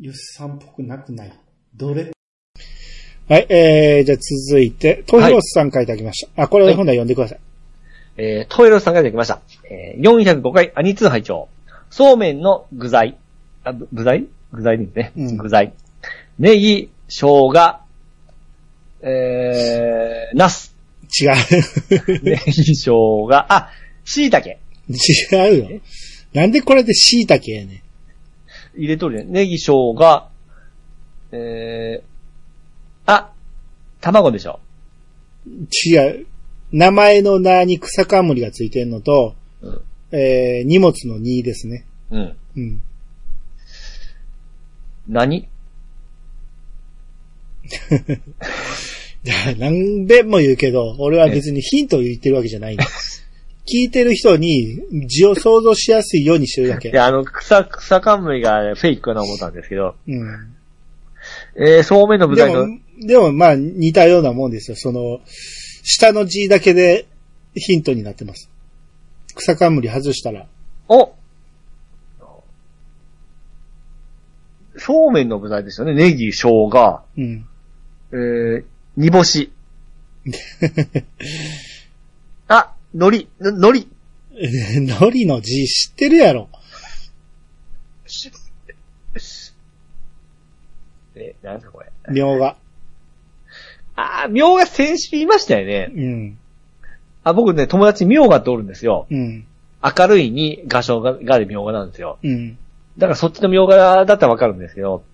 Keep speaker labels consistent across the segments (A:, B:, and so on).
A: よっさんっぽくなくない。どれ
B: はい、えー、じゃあ続いて、トイロスさんからいただきました。あ、これ本来読んでください。
C: えー、トイロスさんからいただきました。えー、405回、アニツー拝聴そうめんの具材。あ、ぶ具材具材ですね。
B: うん
C: 具材。ネギ、生姜、えー、ナ ス。ネギ、生姜、あ、椎茸。
B: 違う。違うよ。なんでこれで椎茸やね
C: 入れとるね。ネギ、生姜、えー、あ、卵でしょ。
B: ん。違う。名前の名に草冠がついてんのと、
C: うん
B: えー、荷物の2ですね。
C: うん。
B: うん。
C: 何
B: いや何べんも言うけど、俺は別にヒントを言ってるわけじゃないんだ。聞いてる人に字を想像しやすいようにしてるだけ。
C: いや、あの、草、草冠がフェイクかな思ったんですけど、
B: うん。
C: えー、そうめんの具
B: で
C: 材の
B: も、でもまあ似たようなもんですよ。その、下の字だけでヒントになってます。草冠外したら。
C: おそうめんの具材ですよね。ネギ、生姜、
B: うん。
C: えー、煮干 し。あ、海苔、の海苔。
B: 海苔の字知ってるやろ。
C: え、なんすかこれ。
B: みょうが。
C: あー、みょうが先週言いましたよね。
B: うん。
C: あ、僕ね、友達みょうがっておるんですよ。
B: うん。
C: 明るいに画商が、がでみょうがなんですよ。
B: うん。
C: だからそっちのみょうがだったらわかるんですけど、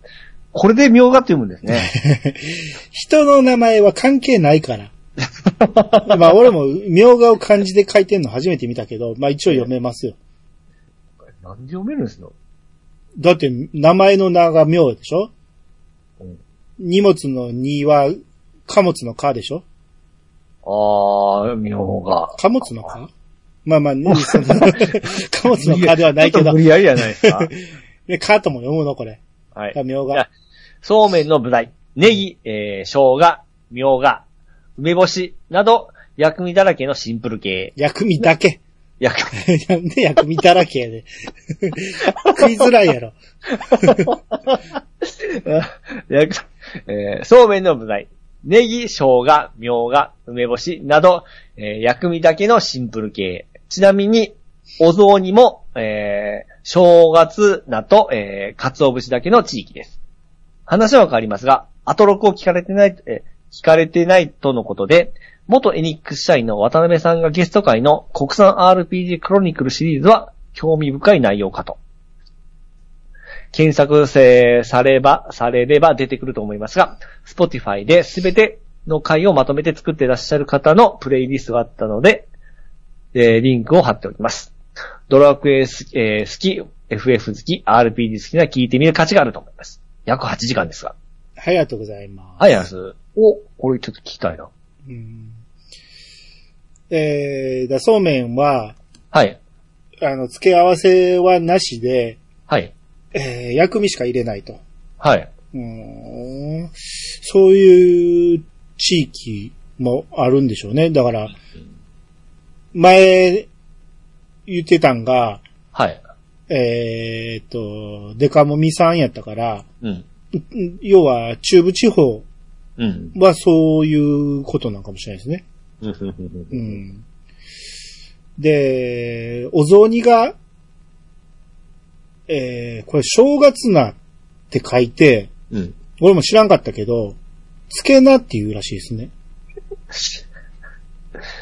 C: これでみょうがって読むんです ね。
B: 人の名前は関係ない から。まあ俺も、みょうがを漢字で書いてんの初めて見たけど、まあ一応読めますよ。
C: なんで読めるんですの
B: だって、名前の名が名でしょ、
C: うん
B: 荷物の荷は、貨物の貨でしょ
C: あー、みょうが。
B: 貨物の貨ま あまあ、その貨物の貨ではないけ
C: ちょっ
B: ど
C: と無、理やりじゃないです か。
B: で貨とも読むのこれ。
C: はい。
B: 名
C: いや
B: が。
C: そうめんの部材、ネギ、えー、生姜、みょうが、梅干しなど、薬味だらけのシンプル系。
B: 薬味だけ。
C: 薬
B: なんで薬味だらけやねん 食いづらいやろ。
C: 薬えーそうめんの部材、ネギ、生姜、みょうが、梅干しなど、えー薬味だけのシンプル系。ちなみに、お雑煮も、えー正月菜と、えー、鰹節だけの地域です。話は変わりますが、アトロクを聞かれてない、えー聞かれてないとのことで、元エニックス社員の渡辺さんがゲスト会の国産 RPG クロニクルシリーズは興味深い内容かと。検索せされば、されれば出てくると思いますが、Spotify で全ての回をまとめて作ってらっしゃる方のプレイリストがあったので、えーリンクを貼っておきます。ドラクエ好き、えー好き、FF 好き、RPG 好きなら聞いてみる価値があると思います。約8時間ですが。
B: ありがとうございます。
C: はい、アス。お、これちょっと聞きたいな。
B: うんえー、だそうめんは、
C: はい。
B: あの、付け合わせはなしで、
C: はい。
B: えー、薬味しか入れないと。
C: はい。
B: うんそういう地域もあるんでしょうね。だから、前言ってたんが、
C: はい。
B: えーっと、デカモミさんやったから、
C: うん。
B: うん要は中部地方
C: うん。
B: はそういうことなんかもしれないですね。
C: うん
B: うんで、お雑煮が、えー、これ正月菜って書いて、
C: うん。
B: 俺も知らんかったけど、つけなっていうらしいですね。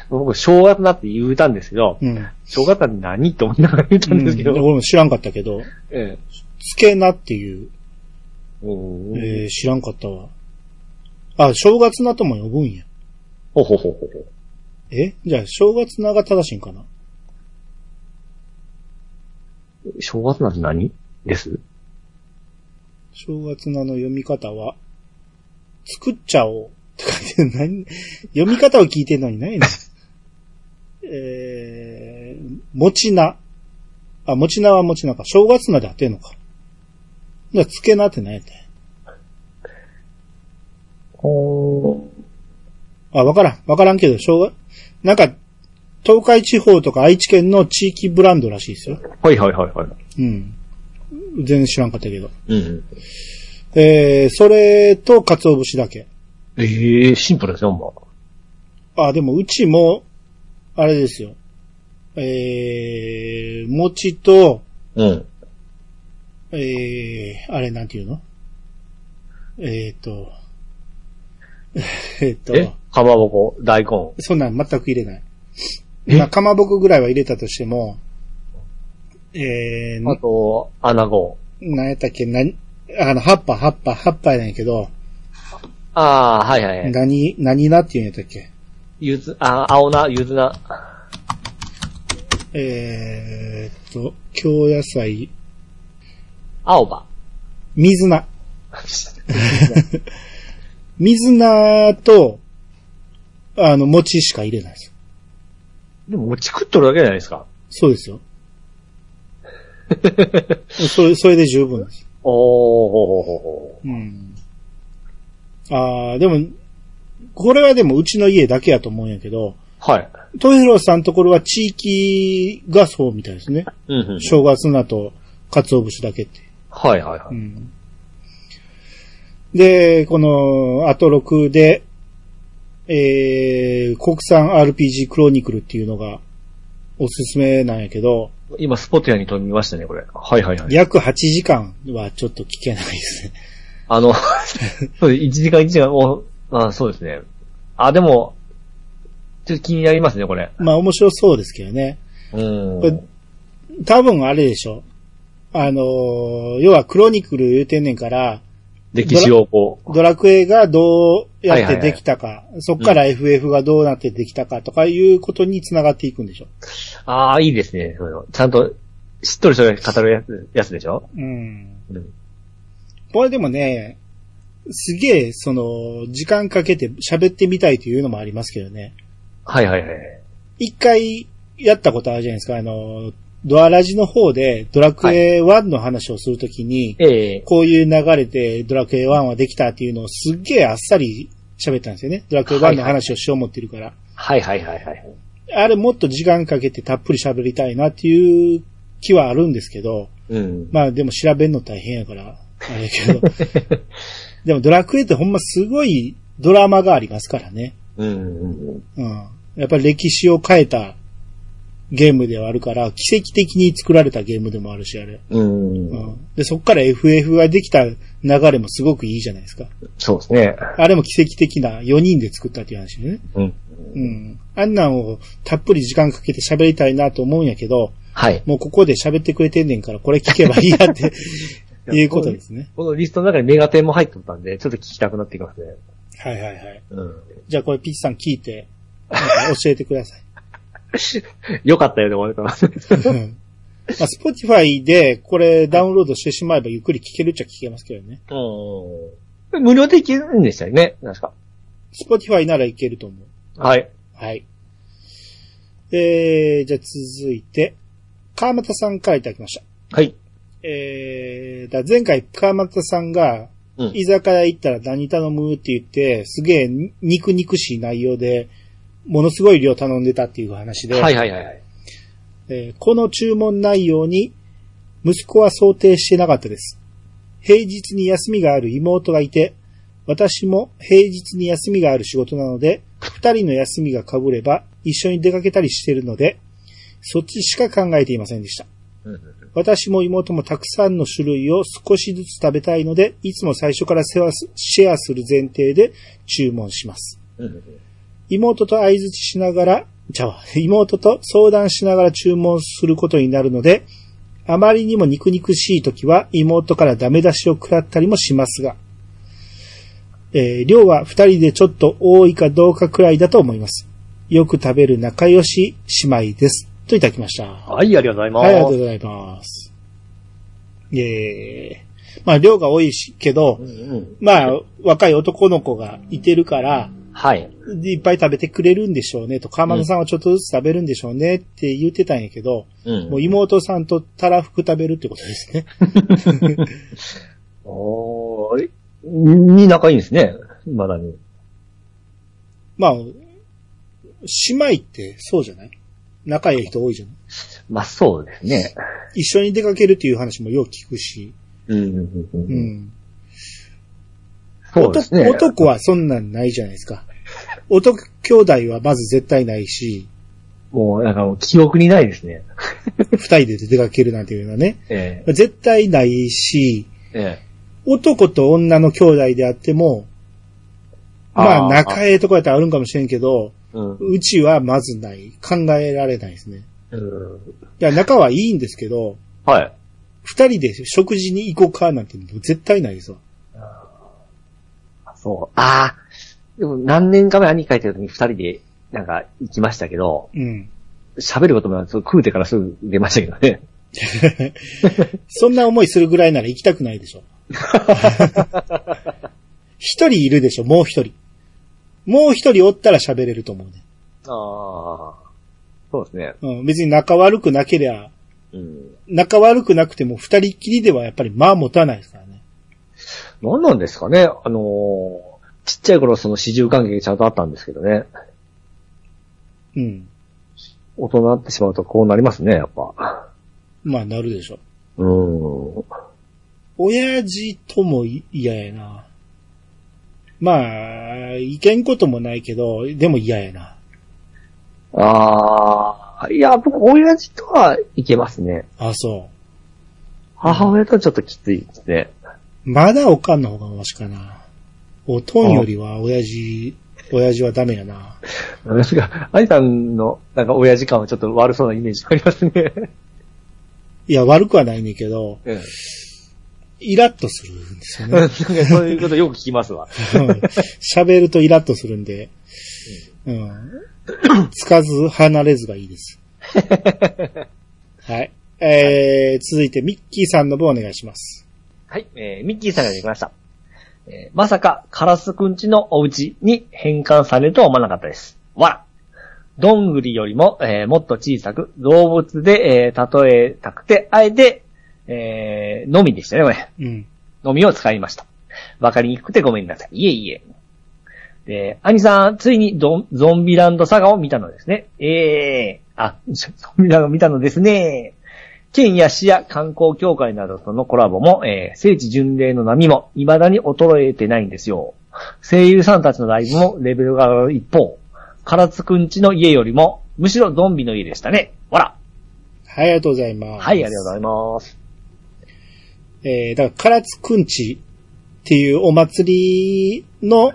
C: 僕、正月なって言うたんですけど、
B: うん。
C: 正月なんて何って思いながら言ったんですけど、
B: うん俺も知らんかったけど、
C: え
B: つけなっていう、
C: え。お
B: えー知らんかったわ。あ、正月菜とも呼ぶんや。
C: ほほほほほ。
B: えじゃあ正月菜が正しいんかな
C: 正月なんて何です
B: 正月菜の読み方は、作っちゃおうって書いてる 何読み方を聞いてんのにないのえー、もちな。あ、もちなはもちなか。正月菜で合ってんのか。じゃあ、つけなって何やったんや
C: ほ
B: あ、わからん。わからんけど、正月、なんか、東海地方とか愛知県の地域ブランドらしいですよ。
C: はいはいはいは
B: うん。全然知らんかったけど。
C: い。うん。
B: えー、それと、鰹節だけ。
C: ええシンプルですね、ほんま。
B: あ、でもうちも、あれですよ。えー、餅と、
C: うん。
B: えー、あれなんていうのえーと、 えー
C: え
B: と、
C: かまぼこ、大根。
B: そんなん全く入れない。
C: え
B: まあ、かまぼくぐらいは入れたとしても、えー、
C: あと、穴子。
B: なんやったっけ、なに、あの、葉っぱ、葉っぱ、葉っぱやねんけど、
C: ああ、はいはいはい。
B: 何、何なっていうんやったっけ。
C: ゆず、あー青菜、ゆず菜。
B: えーっと、京野菜、
C: 青葉。
B: 水 菜。水菜と、あの、餅しか入れないです。
C: でも、餅食っとるだけじゃないです か。
B: そうですよ。それ、それで十分です。
C: おー、ほうほうほ
B: うん。あー、でも、これはでもうちの家だけやと思うんやけど、
C: うほう。はい。
B: 豊弘さんのところは地域がそうみたいですね。
C: うんうん。
B: 正月菜と鰹節だけって。
C: はいはいは
B: う
C: い。
B: んで、この、アトロクで、えー、国産 RPG クロニクルっていうのがおすすめなんやけど、
C: 今、スポティアに飛びましたね、これ。はいはいはい。
B: 約8時間はちょっと聞けないです ね。
C: あの、 そうです。1時間1時間、おあそうですね。あ、でも、ちょっと気になりますね、これ。
B: まあ面白そうですけどね。
C: う
B: こ
C: ん。
B: れ多分あれでしょ。あのー要はクロニクル言うてんねんから、
C: 歴史をこう。
B: ドラクエがどうや
C: は
B: って
C: いはいはい
B: できたか、そっから FF がどうなってできたかとかいうことに繋がっていくんでしょ。
C: ああ、いいですね。そういうのちゃんと、しっとりそれ語るやつ、やつでしょ
B: うん。
C: うん。
B: これでもね、すげえ、その、時間かけて喋ってみたいというのもありますけどね。
C: はいはいはい。
B: 一回やったことあるじゃないですか。あの、ドアラジの方でドラクエ1の話をするときに、
C: ええ
B: こういう流れでドラクエ1はできたっていうのをすっげえあっさり喋ったんですよね。ドラクエ1の話をしよう思ってるから。
C: はいはいはいはい。
B: あれもっと時間かけてたっぷり喋りたいなっていう気はあるんですけど、
C: うん。
B: まあでも調べんの大変やから、あれやけど。 でもドラクエってほんますごいドラマがありますからね。
C: うんうんうん。
B: うん。やっぱり歴史を変えたゲームではあるから、奇跡的に作られたゲームでもあるし、あれ。
C: うん
B: う
C: うん。
B: ん。で、そっから FF ができた流れもすごくいいじゃないですか。
C: そうですね。
B: あれも奇跡的な4人で作ったっていう話ね。
C: うん。
B: うん。あんなんをたっぷり時間かけて喋りたいなと思うんやけど、
C: はい。
B: もうここで喋ってくれてんねんから、これ聞けばいいやって いうことですね。
C: このリストの中にメガテンも入ってたんで、ちょっと聞きたくなってきますね。
B: はいはいはい。
C: うん。
B: じゃあこれピッチさん聞いて、なんか教えてください。
C: よかったよね、俺から。
B: うんまあ、スポティファイでこれダウンロードしてしまえばゆっくり聞けるっちゃ聞けますけどね。
C: うん。無料でいけるんでしたよね、確か。
B: スポティファイならいけると思う。
C: はい。
B: はい。えー、じゃあ続いて、川又さんからいただきました。
C: はい。
B: えー、だから前回川又さんが、
C: うん
B: 居酒屋行ったら何頼むって言って、すげえ肉肉しい内容で、ものすごい量頼んでたっていう話で、
C: はいはいはいはい。
B: えーこの注文内容に息子は想定してなかったです。平日に休みがある妹がいて、私も平日に休みがある仕事なので、二人の休みが被れば一緒に出かけたりしてるので、そっちしか考えていませんでした。
C: うんうん
B: 私も妹もたくさんの種類を少しずつ食べたいので、いつも最初からシェアすシェアする前提で注文します。
C: うんうん
B: 妹と相づちしながら、じゃあ、妹と相談しながら注文することになるので、あまりにも肉々しい時は妹からダメ出しを食らったりもしますが、えー量は二人でちょっと多いかどうかくらいだと思います。よく食べる仲良し姉妹です。といただきました。は
C: はい、ありがとうございます。
B: い、ありがとうございます。えー、まあ量が多いし、けど、
C: うんうん
B: まあ若い男の子がいてるから、
C: はい。
B: で、いっぱい食べてくれるんでしょうねと、川又さんはちょっとずつ食べるんでしょうねって言ってたんやけど、
C: うん
B: もう妹さんとたらふく食べるってことですね。
C: おー、に仲いいんですね。まだに。
B: まあ、姉妹ってそうじゃない仲良い人多いじゃない
C: まあそうですね。
B: 一緒に出かけるっていう話もよう聞くし、
C: うんうんうん
B: う
C: うん。
B: ん。
C: そうですね。
B: 男男はそんなんないじゃないですか。男兄弟はまず絶対ないし、
C: もう、なんかもう記憶にないですね。
B: 二人で出かけるなんていうのはね、
C: え
B: 絶対ないし、
C: えええ
B: 男と女の兄弟であっても、まあ
C: あー
B: 仲ええとこやったらあるんかもしれんけど、
C: うん。
B: うちはまずない。考えられないですね。
C: うん。
B: いや、仲はいいんですけど、
C: はい。
B: 二人で食事に行こうかなんて絶対ないですわ。
C: そう。ああ。でも何年か前兄帰った時に二人で、なんか行きましたけど、
B: うん。
C: 喋ることもなく食うてからすぐ出ましたけどね。
B: そんな思いするぐらいなら行きたくないでし ょ。一人いるでしょ、もう一人。もう一人おったら喋れると思うね。
C: ああ。そうですね。
B: うん、別に仲悪くなけりゃ、
C: うん。
B: 仲悪くなくても二人っきりではやっぱり間持たないですからね。
C: 何なんですかねあのーちっちゃい頃その始終関係ちゃんとあったんですけどね。
B: うん。
C: 大人になってしまうとこうなりますね、やっぱ。
B: まあなるでしょ。
C: うん。
B: 親父ともい嫌やな。まあ、いけんこともないけど、でも嫌やな。
C: ああ、いや、僕、親父とはいけますね。
B: あ、そ
C: 母親とはちょっときついですね。
B: う。まだおかんの方がマシかな。おとんよりは親父、親父はダメやな。
C: なんか、アイさんの、なんか、親父感はちょっと悪そうなイメージがありますね。
B: いや、悪くはないねんけど、
C: うん。
B: イラッとするんですよね。
C: なんか、そういうことよく聞きますわ。
B: うん喋るとイラッとするんで、うん。つかず離れずがいい です。はい。えー、続いてミッキーさんの分お願いします。
C: はい、えー、ミッキーさんができました。えー、まさか、カラスくんちのお家に変換されるとは思わなかったです。わら。どんぐりよりも、えー、もっと小さく、動物で、えー、例えたくて、あえて、えー、のみでしたね、これ。
B: うん。
C: のみを使いました。わかりにくくてごめんなさい。いえいえ。で、兄さん、ついにゾンゾンビランドサガを見たのですね。ええあ、ゾンビランド見たのですね。県や市や観光協会などとのコラボも、えー聖地巡礼の波も未だに衰えてないんですよ。声優さんたちのライブもレベルが上がる一方、唐津くんちの家よりも、むしろゾンビの家でしたね。ほら。
B: はい、ありがとうございます。
C: はい、ありがとうございます。
B: えー、だから、唐津くんちっていうお祭りの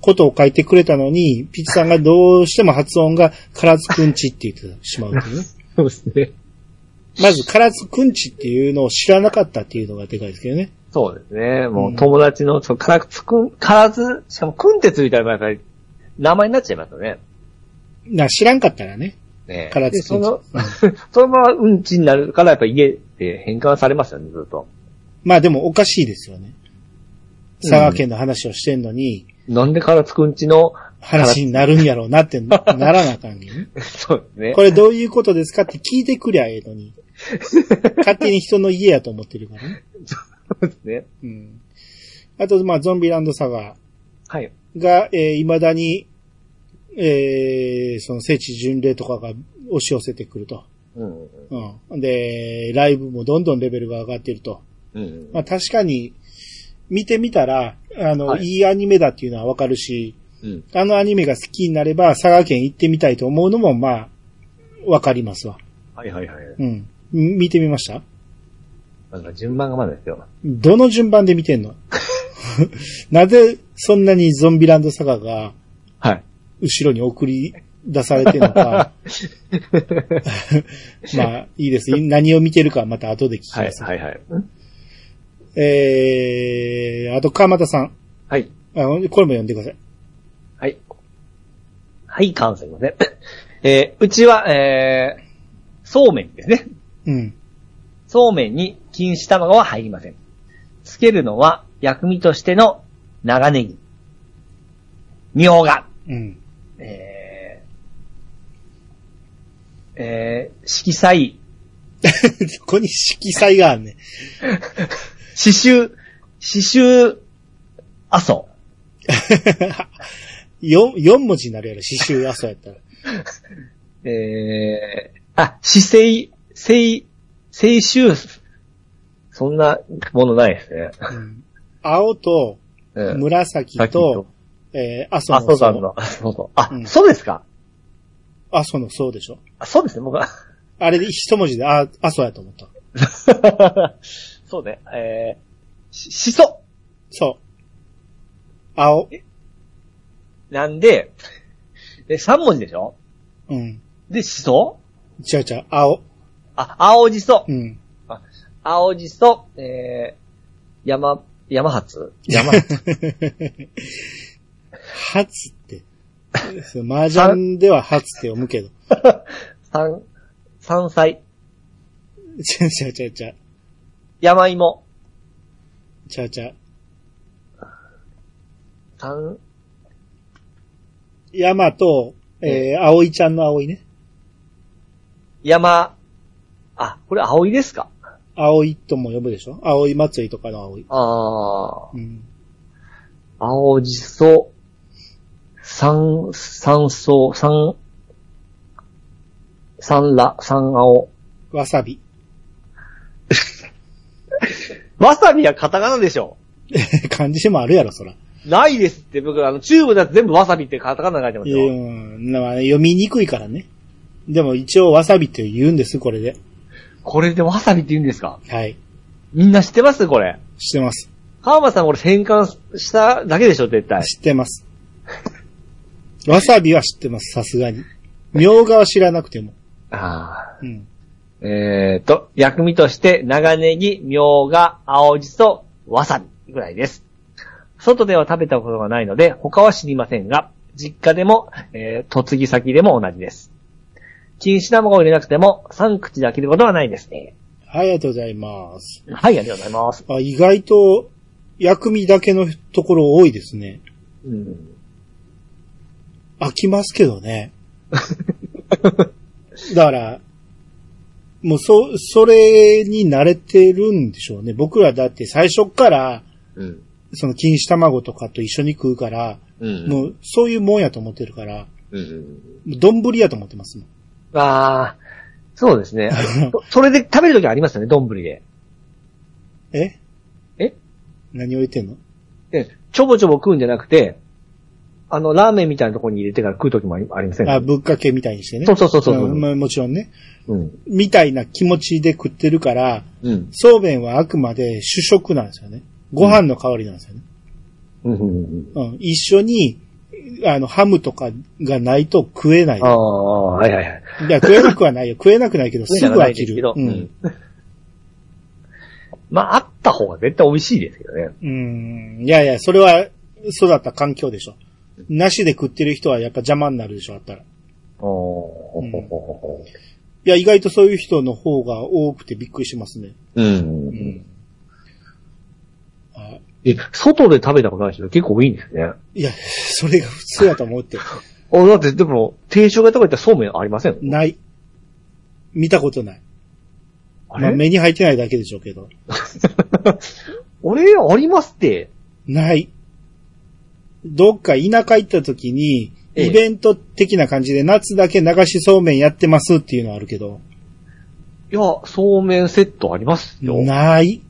B: ことを書いてくれたのに、ピチさんがどうしても発音が唐津くんちって言ってしまうという ね。
C: そうですね。
B: まず、唐津くんちっていうのを知らなかったっていうのがでかいですけどね。
C: そうですね。も
B: うん
C: う友達の、そう、からつくん、からず、しかもくんてついたらやっぱり、名前になっちゃいますよね。
B: な、知らんかったらね。
C: ねえ
B: からつくんち
C: でその、 そのままうんちになるから、やっぱ家って変換されますよね、ずっと。
B: まあでもおかしいですよね。
C: うん
B: 佐賀県の話をしてんのに、
C: なんでからつくんちの、
B: 話になるんやろうなってなならなあかんけどね。
C: そうですね。
B: これどういうことですかって聞いてくりゃええのに。 勝手に人の家やと思ってるからね。
C: そうですね。
B: うん。あと、まあ、ゾンビランドサガ
C: はい。
B: が、えー、未だに、えー、その聖地巡礼とかが押し寄せてくると。
C: うん。
B: うん。で、ライブもどんどんレベルが上がっていると。
C: うん。
B: まあ、確かに、見てみたら、あの、、
C: はいい
B: いアニメだっていうのはわかるし、
C: うん。
B: あのアニメが好きになれば、佐賀県行ってみたいと思うのも、まあ、わかりますわ。
C: はいはいはい。
B: うん。ん見てみました
C: なんか順番がまだですよ。
B: どの順番で見てんの なぜ、そんなにゾンビランドサガが、
C: はい。
B: 後ろに送り出されてるの か。まあ、いいです。何を見てるかはまた後で聞き
C: はい
B: ます。
C: はいはい。
B: えー、あと、川又さん。
C: はい。
B: あこれも読んでください。
C: はい。はい、関西ません。 えーうちは、えー、そうめんですね。
B: うん。
C: そうめんに錦糸卵は入りません。つけるのは薬味としての長ネギ、みょうが、
B: うん。
C: えー、えー、色彩、
B: ここに色彩があんね。
C: 刺繍、刺繍、阿蘇。
B: 4、四文字になるやろ、刺繍あそうやったら。
C: えー、あ、姿勢、性、性臭、そんなものないですね。
B: うん青と
C: うん。
B: 紫
C: さっき
B: と
C: と、
B: えー、阿蘇
C: あ、そう
B: の
C: だ、
B: 層。
C: の。そうそう。あ
B: う、ん
C: そうですか。
B: 阿蘇の層でしょ。
C: あ、そうですね、僕は。
B: あれで一文字で、あ、阿蘇やと思った。
C: そうね、えー、し、しそ
B: そう。青。
C: なんで、で、3文字でしょ
B: うん。
C: で、しそ
B: 違う違う、青。
C: あ、青じそ
B: う。ん。
C: 青じそ、えー、山、山発 山発。
B: 初って。麻雀では初って読むけど。
C: 山、山菜。
B: 違う違う違う違う。
C: 山芋。
B: 違う違う。
C: 山、
B: 山と、えー、葵ちゃんの葵ね。
C: 山、あ、これ青いですか
B: 葵とも呼ぶでしょ葵祭りとかの葵。
C: あー、
B: うん。
C: 青じそ、山、山草、山、山ら、山青。
B: わさび。
C: わさびはカタカナでしょ
B: 漢字でもあるやろ、そら。
C: ないですって、僕、あの、チューブのやつ全部わさびってカタカナで書いてます
B: いや、う
C: よ。
B: ん。まあ読みにくいからね。でも一応わさびって言うんです、これで。
C: これでわさびって言うんですか
B: はい。
C: みんな知ってますこれ。
B: 知ってます。
C: 川間さんこれ変換しただけでしょ絶対。
B: 知ってます。わさびは知ってます、さすがに。みょうがは知らなくても。
C: あ
B: うん。
C: あ。えーと、薬味として長ネギ、みょうが、青じそ、わさびぐらいです。外では食べたことがないので、他は知りませんが、実家でも、えー、嫁ぎ先でも同じです。錦糸卵を入れなくても、3口で飽きることはないですね。
B: はい、ありがとうございます。
C: はい、ありがとうございます。
B: あ、意外と、薬味だけのところ多いですね。
C: うん
B: 飽きますけど ね。だから、もうそ、それに慣れてるんでしょうね。僕らだって最初っから、
C: うん。
B: その錦糸卵とかと一緒に食うから、
C: うん。
B: もうそういうもんやと思ってるから、
C: うん。
B: 丼やと思ってますもん。
C: ああ、そうですね。そそれで食べるときありますよね、丼で。
B: え
C: え
B: 何を言ってんの
C: で、ちょぼちょぼ食うんじゃなくて、あの、ラーメンみたいなところに入れてから食うときもありありません
B: あ、ぶっかけみたいにしてね。
C: そうそうそうそうそう
B: うんまあもちろんね。
C: うん。
B: みたいな気持ちで食ってるから、
C: うん。
B: そうめんはあくまで主食なんですよね。ご飯の代わりなんですよね。
C: うんうんう
B: う
C: ん。
B: ん。一緒に、あの、ハムとかがないと食えない。い
C: ああ、はいはいはい。
B: や、食えなくはないよ。食えなくないけど、すぐ飽き
C: そうい
B: る。
C: うのはないです
B: ん。
C: けど。うん。 まあ、あった方が絶対美味しいですけどね。
B: うん。いやいや、それは、育った環境でしょ。なしで食ってる人はやっぱ邪魔になるでしょ、あったら。い
C: お
B: うん
C: ー。
B: や、意外とそういう人の方が多くてびっくりしますね。
C: うん。う、
B: うんん。あ
C: え、外で食べたことない人結構多いんですね。
B: いや、それが普通やと思って。
C: あ、だって、でも、定食屋とか行ったらそうめんありません
B: ない。見たことない。
C: あ
B: まあ
C: れ、
B: 目に入ってないだけでしょうけど。
C: 俺、ありますって。
B: ない。どっか田舎行った時に、
C: ええ
B: イベント的な感じで夏だけ流しそうめんやってますっていうのはあるけど、
C: いや、そうめんセットありますよ。
B: ない。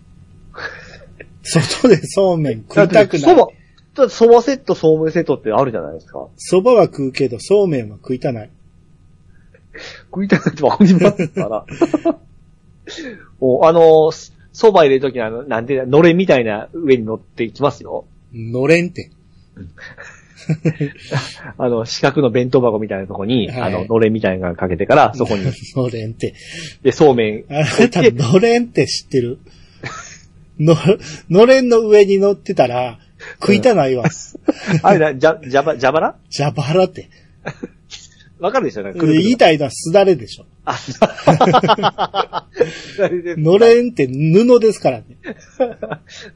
B: 外でそうめん食いたくな
C: そ
B: い。
C: ば、だってそばセット、そうめんセットってあるじゃないですか。
B: そばは食うけど、そうめんは食いたない。
C: 食いたいってわかりますから。もう、あの、そば入れるときにあの、なんていうの、のれんみたいな上に乗っていきますよ。
B: のれんって。
C: あの、四角の弁当箱みたいなとこに、
B: はい
C: あの、のれんみたいなのかけてから、そこに。
B: のれんって。
C: で、そうめん。
B: あなた、のれんって知ってるの、のれんの上に乗ってたら、食いたないわ。
C: あれだ、じゃ、じゃば、じゃばら
B: 蛇腹って。
C: わかるでしょなんかくるくる
B: 言いたいのはすだれでしょ。
C: あ、そう。
B: のれんって布ですからね。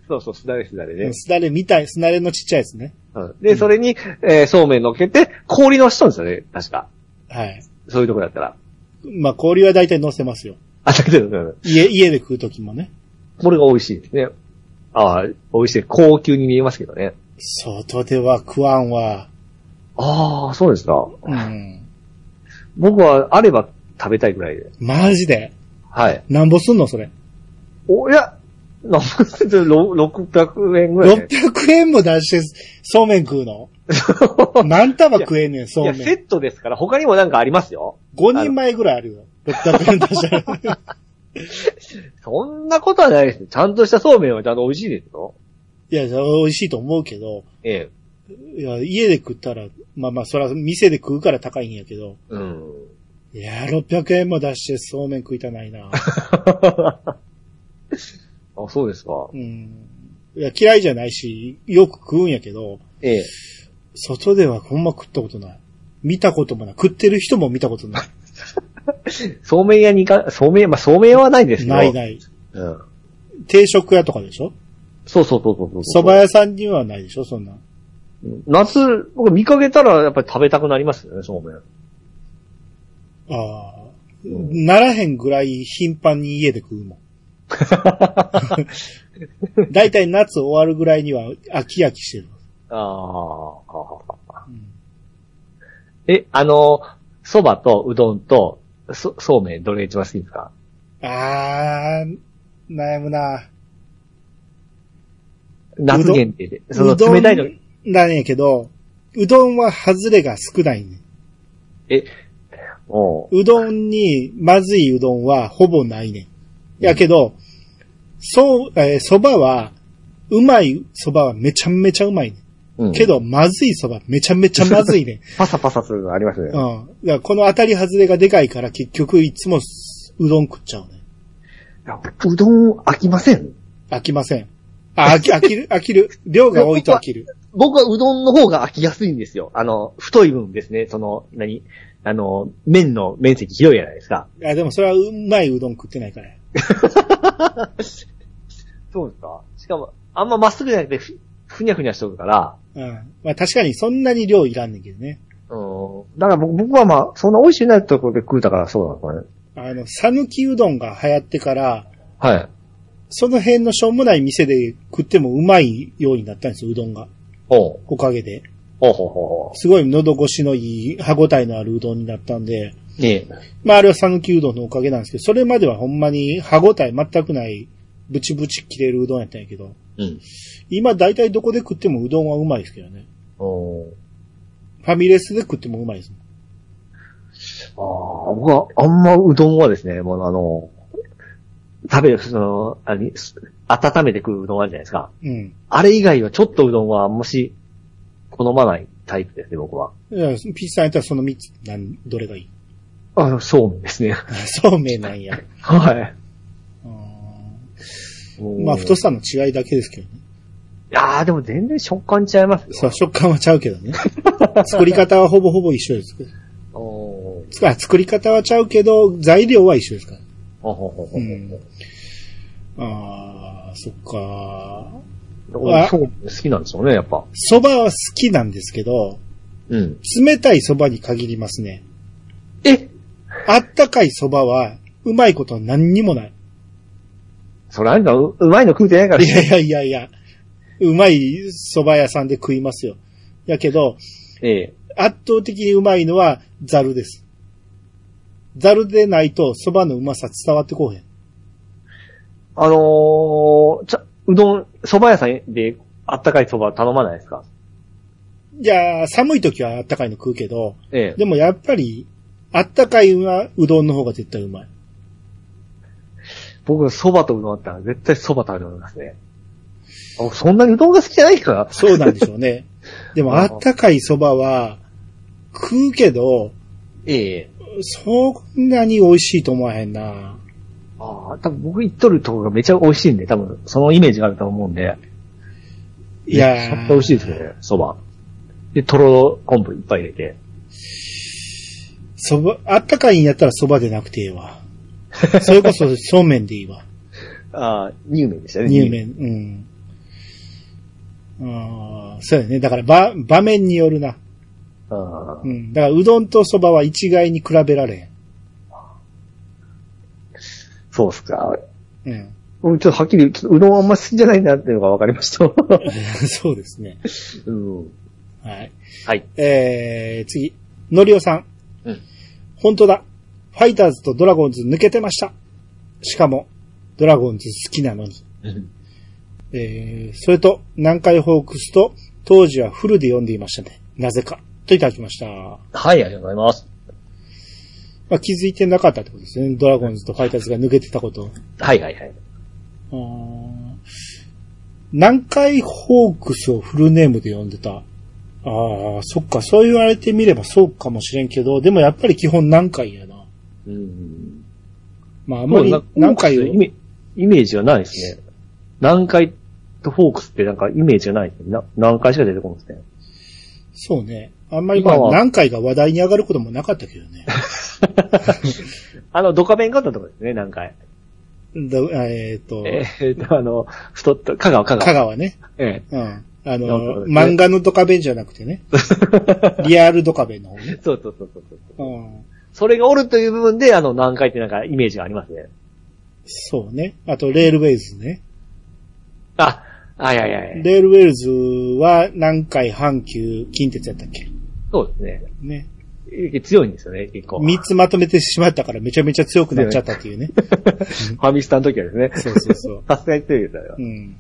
C: そうそう、すだれすだれね。
B: すだれみたい、すだれのちっちゃいですね。
C: うんで、それに、えーそうめん乗っけて、氷のしとんですよね、確か。
B: はい。
C: そういうとこだったら。
B: まあ、氷は大体乗せますよ。
C: あ、だけど、
B: 家、家で食うときもね。
C: これが美味しいですね。ああ、美味しい。高級に見えますけどね。
B: 外では食わんわ。
C: ああ、そうですか。
B: うん。
C: 僕は、あれば食べたいぐらいで。
B: マジで。
C: はい。
B: なんぼすんのそれ。
C: お、いや、なんか、ちょっとろ600円ぐらいじゃない。
B: 600円も出して、そうめん食う の何束食えんねん、
C: い
B: そう
C: や、セ
B: めん。
C: ットですから、他にもなんかありますよ。
B: 5人前ぐらいあるよ。600円出したら。
C: そんなことはないです。ちゃんとしたそうめんはちゃんと美味しいですよ。
B: いや、美味しいと思うけど、
C: ええ。
B: いや、家で食ったら、まあまあ、そら、店で食うから高いんやけど、
C: うん。
B: いや、600円も出してそうめん食いたないな。
C: あ、そうですか
B: う。ん。いや、嫌いじゃないし、よく食うんやけど、
C: ええ。
B: 外ではほんま食ったことない。見たこともない。食ってる人も見たことない。
C: そうめん屋に行か、そうめん、まあ、そうめん屋はないですけど。
B: ないない。
C: うん。
B: 定食屋とかでしょ
C: そうそうそうそうそう。
B: 蕎麦屋さんにはないでしょそんな。
C: 夏、僕見かけたらやっぱり食べたくなりますよね、そうめん。
B: ああ。ならへんぐらい頻繁に家で食う もん。だいたい夏終わるぐらいには飽き飽きしてる。
C: ああ。
B: うん
C: え、あの、蕎麦とうどんと、そ、そうめんどれが一番好きですか
B: あー、悩むな。
C: 夏限定で。そうの
B: どん
C: 冷たいの、
B: なんやけど、うどんは外れが少ないね。
C: え、おう
B: うどんに、まずいうどんはほぼないね。やけど、そう、えー、蕎麦は、うまい蕎麦はめちゃめちゃうまいね。
C: うん
B: けど、まずい蕎麦めちゃめちゃまずい ね。
C: パサパサするのありますね。
B: うん。だからこの当たり外れがでかいから結局いつもうどん食っちゃうね。
C: うどん飽きません
B: 飽きません。あ、飽き、飽き る、飽きる。量が多いと飽きる。
C: 僕はうどんの方が飽きやすいんですよ。あの、太い分ですね。その、何あの、麺の面積広いじゃないですか。
B: あ、でもそれはうまいうどん食ってないから。
C: そうですかしかも、あんままっすぐじゃなくてふ、ふにゃふにゃしとるから、
B: うん。まあ確かにそんなに量いらんねんけどね。
C: うん。だから僕僕はまあ、そんな美味しいないところで食うたからそうなのかね。
B: あの、さぬきうどんが流行ってから、
C: はい。
B: その辺のしょうもない店で食ってもうまいようになったんですよ、うどんが。
C: ほう。
B: おかげで。
C: ほうほうほうほ
B: すごい喉越しのいい歯ごたえのあるうどんになったんで、
C: う。ね
B: まああれは讃岐うどんのおかげなんですけど、それまではほんまに歯ごたえ全くない、ブチブチ切れるうどんやったんやけど、
C: え。うん。
B: 今大体どこで食ってもうどんはうまいですけどね。
C: おー
B: ファミレスで食ってもうまいです。
C: ああ、僕は、あんまうどんはですね、もうあの、食べる、その、あれ、す温めて食ううどんあるじゃないですか。
B: うん。
C: あれ以外はちょっとうどんはあんまし、好まないタイプですね、僕は。
B: いやピッチさんやったらその3つ、なん、どれがい い
C: あそうめんですね。
B: そうめんなんや。
C: はい。
B: うん
C: うん
B: まあ太さの違いだけですけどね。
C: いやー、でも全然食感違いますよ。
B: そう、食感はちゃうけどね。作り方はほぼほぼ一緒です。
C: おー
B: つあ作り方はちゃうけど、材料は一緒ですから。
C: ほうほうほうほう
B: うんあー、そっか
C: だからそうめん好きなんでしょうね、やっぱ。
B: 蕎麦は好きなんですけど、
C: うん。
B: 冷たい蕎麦に限りますね。
C: え
B: あったかい蕎麦は、うまいこと何にもない。
C: それあんたう、うまいの食うてないから
B: い。やいやいやいや、うまい蕎麦屋さんで食いますよ。やけど、
C: ええ。
B: 圧倒的にうまいのはザルです。ザルでないと蕎麦のうまさ伝わってこうへん。
C: あのー、ちゃ、うどん、蕎麦屋さんであったかい蕎麦頼まないですか
B: いやー、寒い時はあったかいの食うけど、
C: ええ。
B: でもやっぱり、あったかいうまうどんの方が絶対うまい。
C: 僕、蕎麦とうどんあったら絶対蕎麦食べてますね。あそんなにうどんが好きじゃないから
B: そうなんでしょう ね。でも、
C: あ
B: あ
C: ー
B: ったかい蕎麦は、食うけど、
C: ええ。
B: そんなに美味しいと思わへんな。
C: ああ、多分僕行っとるところがめちゃ美味しいんで、多分そのイメージがあると思うんで。
B: いや
C: めちゃくち
B: ー
C: ゃ美味しいですね、蕎麦。で、とろろ昆布いっぱい入れて。
B: 蕎麦、あったかいんやったら蕎麦でなくてええ わ。それこそ、そうめんでいいわ。
C: ああ、乳麺でしたね。
B: 乳。麺、うん。ああ、そうやね。だから、ば、場面によるな。
C: ああ
B: う。ん。だから、うどんと蕎麦は一概に比べられ
C: そうっすか。
B: へん。うん。
C: うん、ちょっとはっきり、ちょっとうどんあんま好きじゃないなっていうのが分かりました。
B: そうですね。
C: うん。
B: はい。
C: はい。
B: えー、次。のりおさん。
C: うん
B: 本当だ。ファイターズとドラゴンズ抜けてました。しかも、ドラゴンズ好きなのに。えー、それと、南海ホークスと、当時はフルで読んでいましたね。なぜか。といただきました。ま
C: はい、ありがとうございます。
B: あ、気づいてなかったってことですね。ドラゴンズとファイターズが抜けてたこと。
C: はい、はい、はい。
B: あー南海ホークスをフルネームで呼んでた。ああ、そっか、そう言われてみればそうかもしれんけど、でもやっぱり基本南海やな。
C: うん。
B: まあ、あんまり
C: もうな
B: 南海
C: イ
B: を、
C: メイメージがないですね。南海とフォークスってなんかイメージがないですね。な南海しか出てこないですね。
B: そうね。あんまりまあ
C: 今は
B: 南海が話題に上がることもなかったけどね。
C: あの、ドカベンがあったところですね、南海。
B: だえっ、と、
C: えーっと、あの、太った、香川、香川。
B: 香川ね。
C: え
B: うん。あ
C: な
B: の、
C: んかね
B: 漫画のドカベンじゃなくてね。リアルドカベンの方ね。
C: え そうそうそうそうそう。
B: うん。
C: それがおるという部分で、あの、南海ってなんかイメージがありますね。
B: そうね。あと、レールウェイズね。
C: あ、あいやいやいや。
B: レールウェイズは南海、阪急、近鉄やったっけ
C: そうです
B: ね。
C: ね。強いんですよね、結構。
B: 三つまとめてしまったからめちゃめちゃ強くなっちゃったっていうね。
C: ファミスタの時はですね。
B: そうそうそう。
C: さすがに強いですよ、あれ は
B: うん。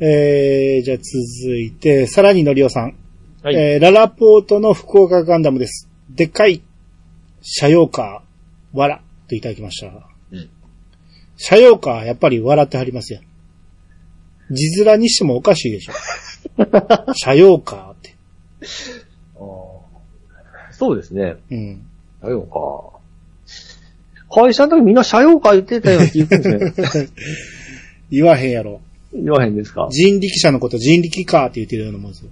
B: えー、じゃあ続いて、さらにのりおさん。
C: はい
B: えー、ララポートの福岡ガンダムです。でっかい、車用カー、わら、といただきました。
C: うん
B: 車用カー、やっぱり笑ってはりますよ。字面にしてもおかしいでし ょ。車用カーって。
C: あーそうですね。
B: うん。
C: 車用か。会社の時みんな車用か言ってたような気がするんですね。
B: 言わへんやろ。
C: 言わへんですか。
B: 人力車のこと人力カーって言ってるようなもんですよ。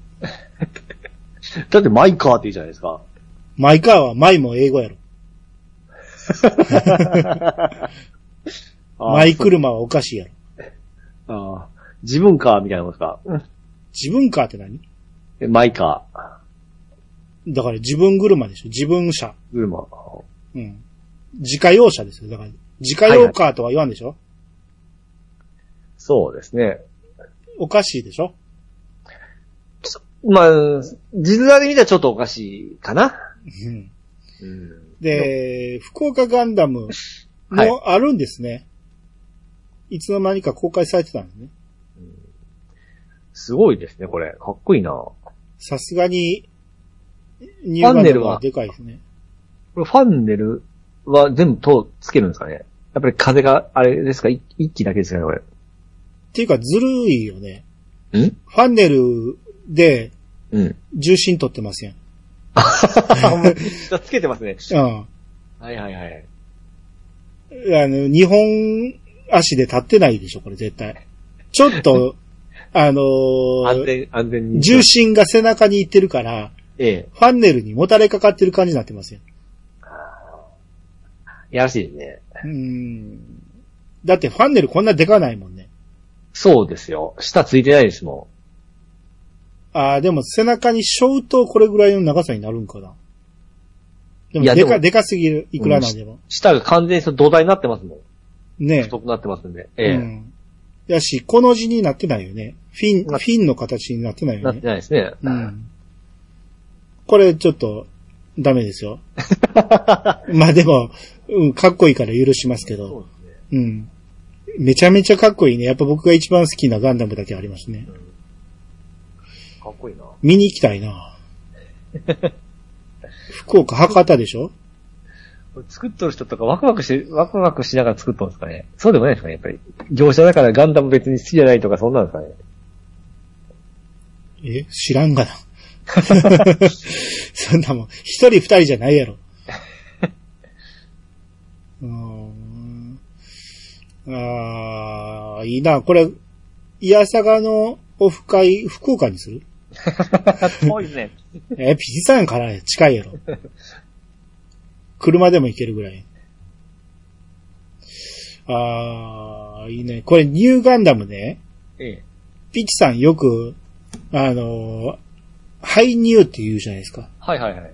C: だってマイカーって言うじゃないですか。
B: マイカーはマイも英語やろ。
C: あー
B: マイ。車はおかしいやろ。
C: そうあー自分カーみたいなもんですか。
B: 自分カーって何
C: えマイカー。
B: だから自分車でしょ。自分車。
C: 車。
B: うん。自家用車ですよ。だから、自家用カーとは言わんでしょ、
C: そうですね。
B: おかしいでしょ
C: まあ、地面で見たらちょっとおかしいかな。
B: うん。
C: うん、
B: で、福岡ガンダムもあるんですね。い、つの間にか公開されてたんですね。
C: すごいですね、これ。かっこいいな。こ
B: さすがに、ニ
C: ァンネルは
B: でかいですね。
C: れファンネルは全部とつけるんですかねやっぱり風が、あれですか一一機だけですかね、これ。
B: っていうか、ずるいよね。
C: ん
B: ファンネルで
C: うん。
B: 重心取ってません。
C: つけてますね。
B: うん。
C: はいはいはい。
B: あの、日本足で立ってないでしょ、これ絶対。ちょっ と、あの
C: 安
B: ー
C: 全、安全に。
B: 重心が背中に行ってるから、
C: ええ。
B: ファンネルにもたれかかってる感じになってますよ。
C: やらしいですね。
B: うーん。だってファンネルこんなでかないもんね。
C: そうですよ。下ついてないですも
B: ああ、でも背中に背負うとこれぐらいの長さになるんかな。でも
C: いや
B: でか、
C: でも
B: でかすぎる。いくらなんでも。
C: ん。下が完全にその土台になってますもん。
B: ね
C: 太くなってますんで。
B: え。
C: ええ。
B: うん。やし、この字になってないよね。フィン、フ
C: な
B: ィンの形になってないよ
C: なっ
B: ね
C: て。ないですね。
B: うん。これちょっと、ダメですよ。まあでも、うん、かっこいいから許しますけ
C: そう
B: ど。
C: ですね。
B: うん。めちゃめちゃかっこいいね。やっぱ僕が一番好きなガンダムだけありますね。
C: かっこいいな。
B: 見に行きたいな福岡、博多でしょ
C: これ作っとる人とかワクワクして、ワクワクしながら作っとるんですかね。そうでもないですかね、やっぱり。業者だからガンダム別に好きじゃないとかそんなんですかね。
B: え知らんがな。 そんなもん、一人二人じゃないやろ。 うーん。あー、いいな。これ、いやさがのオフ会、福岡にする
C: 遠いですね。
B: え、ピジさんから近いやろ。車でも行けるぐらい。あー、いいね。これ、ニューガンダムね。
C: ええ。
B: ピチさんよく、あのー、ハイニューって言うじゃないですか。
C: はいはいはい。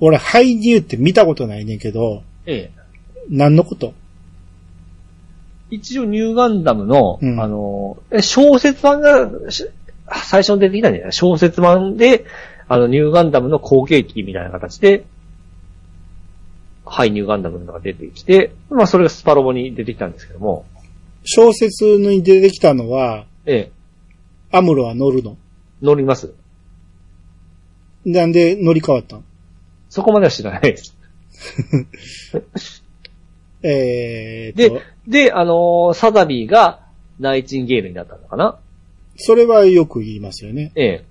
B: 俺、ハイニューって見たことないねんけど、
C: ええ。
B: 何のこと
C: 一応ニューガンダムの、
B: うん
C: あの、え小説版が、し最初に出てきたんじゃない小説版で、あの、ニューガンダムの後継機みたいな形で、はい、ニューガンダムのが出てきて、まあ、それがスパロボに出てきたんですけども、
B: 小説に出てきたのは、
C: ええ、
B: アムロは乗るの。
C: 乗ります。
B: なんで乗り換わったん
C: そこまでは知らないです。
B: えー、と
C: で、、で、あのーサザビーがナイチンゲールになったのかな
B: それはよく言いますよね。
C: ええ。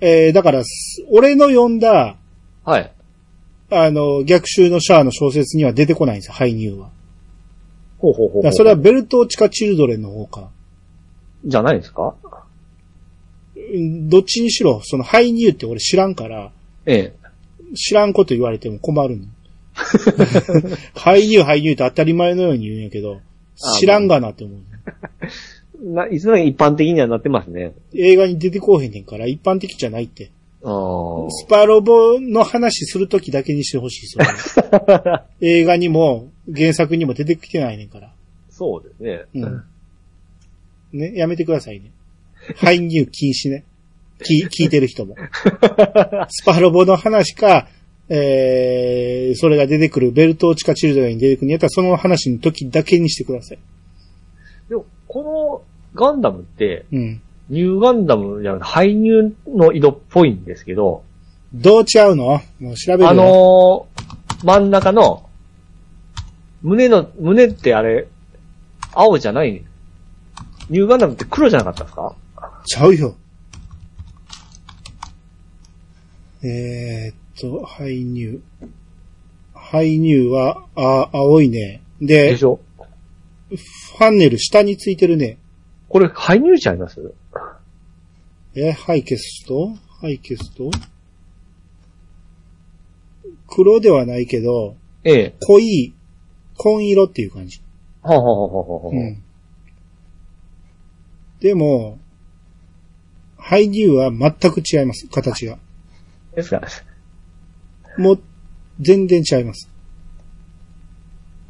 B: えー、だから、す俺の読んだ、
C: はい。
B: あの、逆襲のシャアの小説には出てこないんですよ、ハイニューは。
C: ほうほうほう
B: だか
C: ほう。
B: らそれはベルト・チカ・チルドレンの方か。
C: じゃないですか
B: うんどっちにしろ、そのハイニューって俺知らんから、
C: ええ。
B: 知らんこと言われても困るの。ハイニュー、ハイニューって当たり前のように言うんやけど、
C: あ
B: 知らんがなって思う。
C: な、いつの間に一般的にはなってますね。
B: 映画に出てこうへんねんから、一般的じゃないって。
C: あー
B: スパロボの話するときだけにしてほしい、それ映画にも、原作にも出てきてないねんから。
C: そうですね。
B: うん。ね、やめてくださいね。排入禁止ね。き、聞いてる人 も。スパロボの話か、えー、それが出てくるベルトーチカチルドレンに出てくるんやったら、その話の時だけにしてください。
C: でも、このガンダムって、
B: うん。
C: ニューガンダムじゃなくて、ハイニューの色っぽいんですけど、
B: どう違うのもう調べるよ。
C: あのー真ん中の、胸の、胸ってあれ、青じゃないニューガンダムって黒じゃなかったですか
B: ちゃうよ。えー、っと、ハイニュー。ハイニューは、あ、青いね。で、
C: でし
B: フ
C: ょ
B: ァンネル下についてるね。
C: これ、ハイニューちゃいます
B: えー、ハイ消すと、ハイ消すと、黒ではないけど、
C: ええ。
B: 濃い、紺色っていう感じ。
C: はあ、はあはあはあはあ
B: うん。でも、ハイニューは全く違います、形が。
C: ですか
B: もう、全然違います。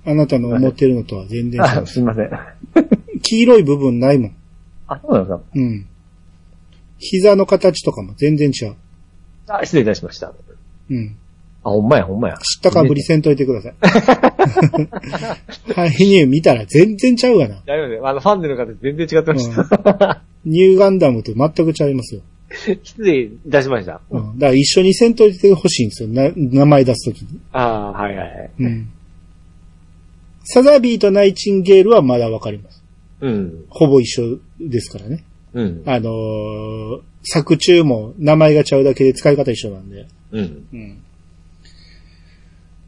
B: あなたの思ってるのとは全然違い
C: あ
B: ます
C: い
B: す。
C: ません。
B: 黄色い部分ないもん。
C: あ、そうなんです
B: うん。膝の形とかも全然違う。
C: かあ、失礼いたしました。
B: うん。
C: あ、ほんまや、ほんまや。
B: 知ったかぶりせんといてください。ハイニュー見たら全然ちゃうがな。
C: 大丈夫です。あの、ファンデルの方全然違ってました。
B: ニューガンダムと全く違いますよ。
C: 失礼いたしました。
B: うん。だから一緒にせんといてほしいんですよ。な、名前出すときに。
C: ああ、はいはいはい。
B: うん。サザビーとナイチンゲールはまだわかります。
C: うん。
B: ほぼ一緒ですからね。
C: うん。
B: あのー作中も名前がちゃうだけで使い方一緒なんで。
C: うん。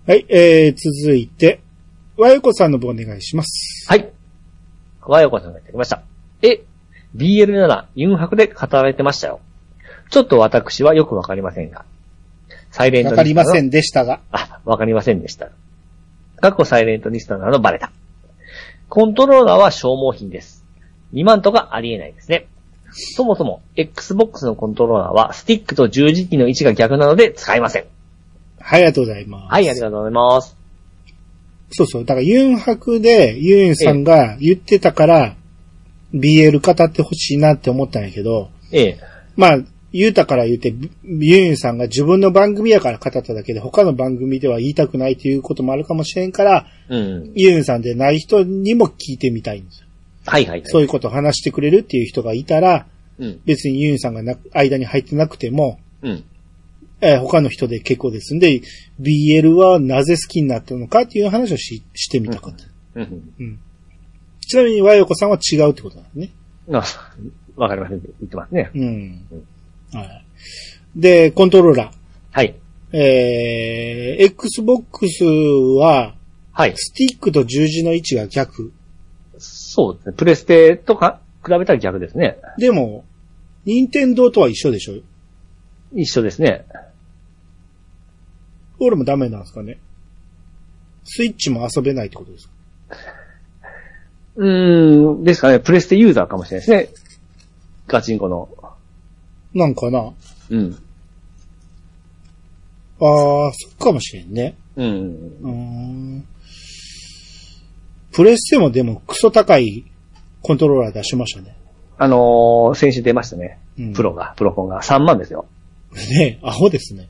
B: はい、えー、続いて、和よこさんの方お願いします。
C: はい。和洋子さんがやってきました。え、BL なら、ユンハクで語られてましたよ。ちょっと私はよくわかりませんが。サイレント
B: わ
C: リス
B: かり
C: ナーの
B: ませんでしたが。
C: あ、わかりませんでした。過去サイレントリストなのバレた。コントローラーは消耗品です。2万とかありえないですね。そもそも、Xbox のコントローラーは、スティックと十字キーの位置が逆なので使えません。
B: はい、ありがとうございます。
C: はい、ありがとうございます。
B: そうそう。だから、ユンハクで、ユンさんが言ってたから、BL 語ってほしいなって思ったんやけど、
C: ええ。
B: まあ、言うたから言って、ユンさんが自分の番組やから語っただけで、他の番組では言いたくないということもあるかもしれんから、
C: うん。
B: ユンさんでない人にも聞いてみたいんですよ。
C: はいはいはい。
B: そういうことを話してくれるっていう人がいたら、
C: うん。
B: 別にユンさんがな間に入ってなくても、
C: うん。
B: えー他の人で結構ですんで、BL はなぜ好きになったのかっていう話をししてみたかった。
C: うん。
B: ちなみに、和洋子さんは違うってことなんですね。
C: あ わかりません。言ってますね。
B: うん。はい。で、コントローラ
C: はい。
B: ー。えー、Xbox は、
C: はい。
B: スティックと十字の位置が逆。
C: そうですね。プレステとか、比べたら逆ですね。
B: でも、任天堂とは一緒でしょ
C: 一緒ですね。
B: 俺もダメなんですかね。スイッチも遊べないってことですか
C: うーん、ですかね、プレステユーザーかもしれないですね。ガチンコの。
B: なんかな
C: うん。
B: あー、そうかもしれんね。
C: うん。
B: うーん。プレステもでもクソ高いコントローラー出しましたね。
C: あのー、先週出ましたね
B: うん。
C: プロが、プロコンが3万ですよ。
B: ねアホですね。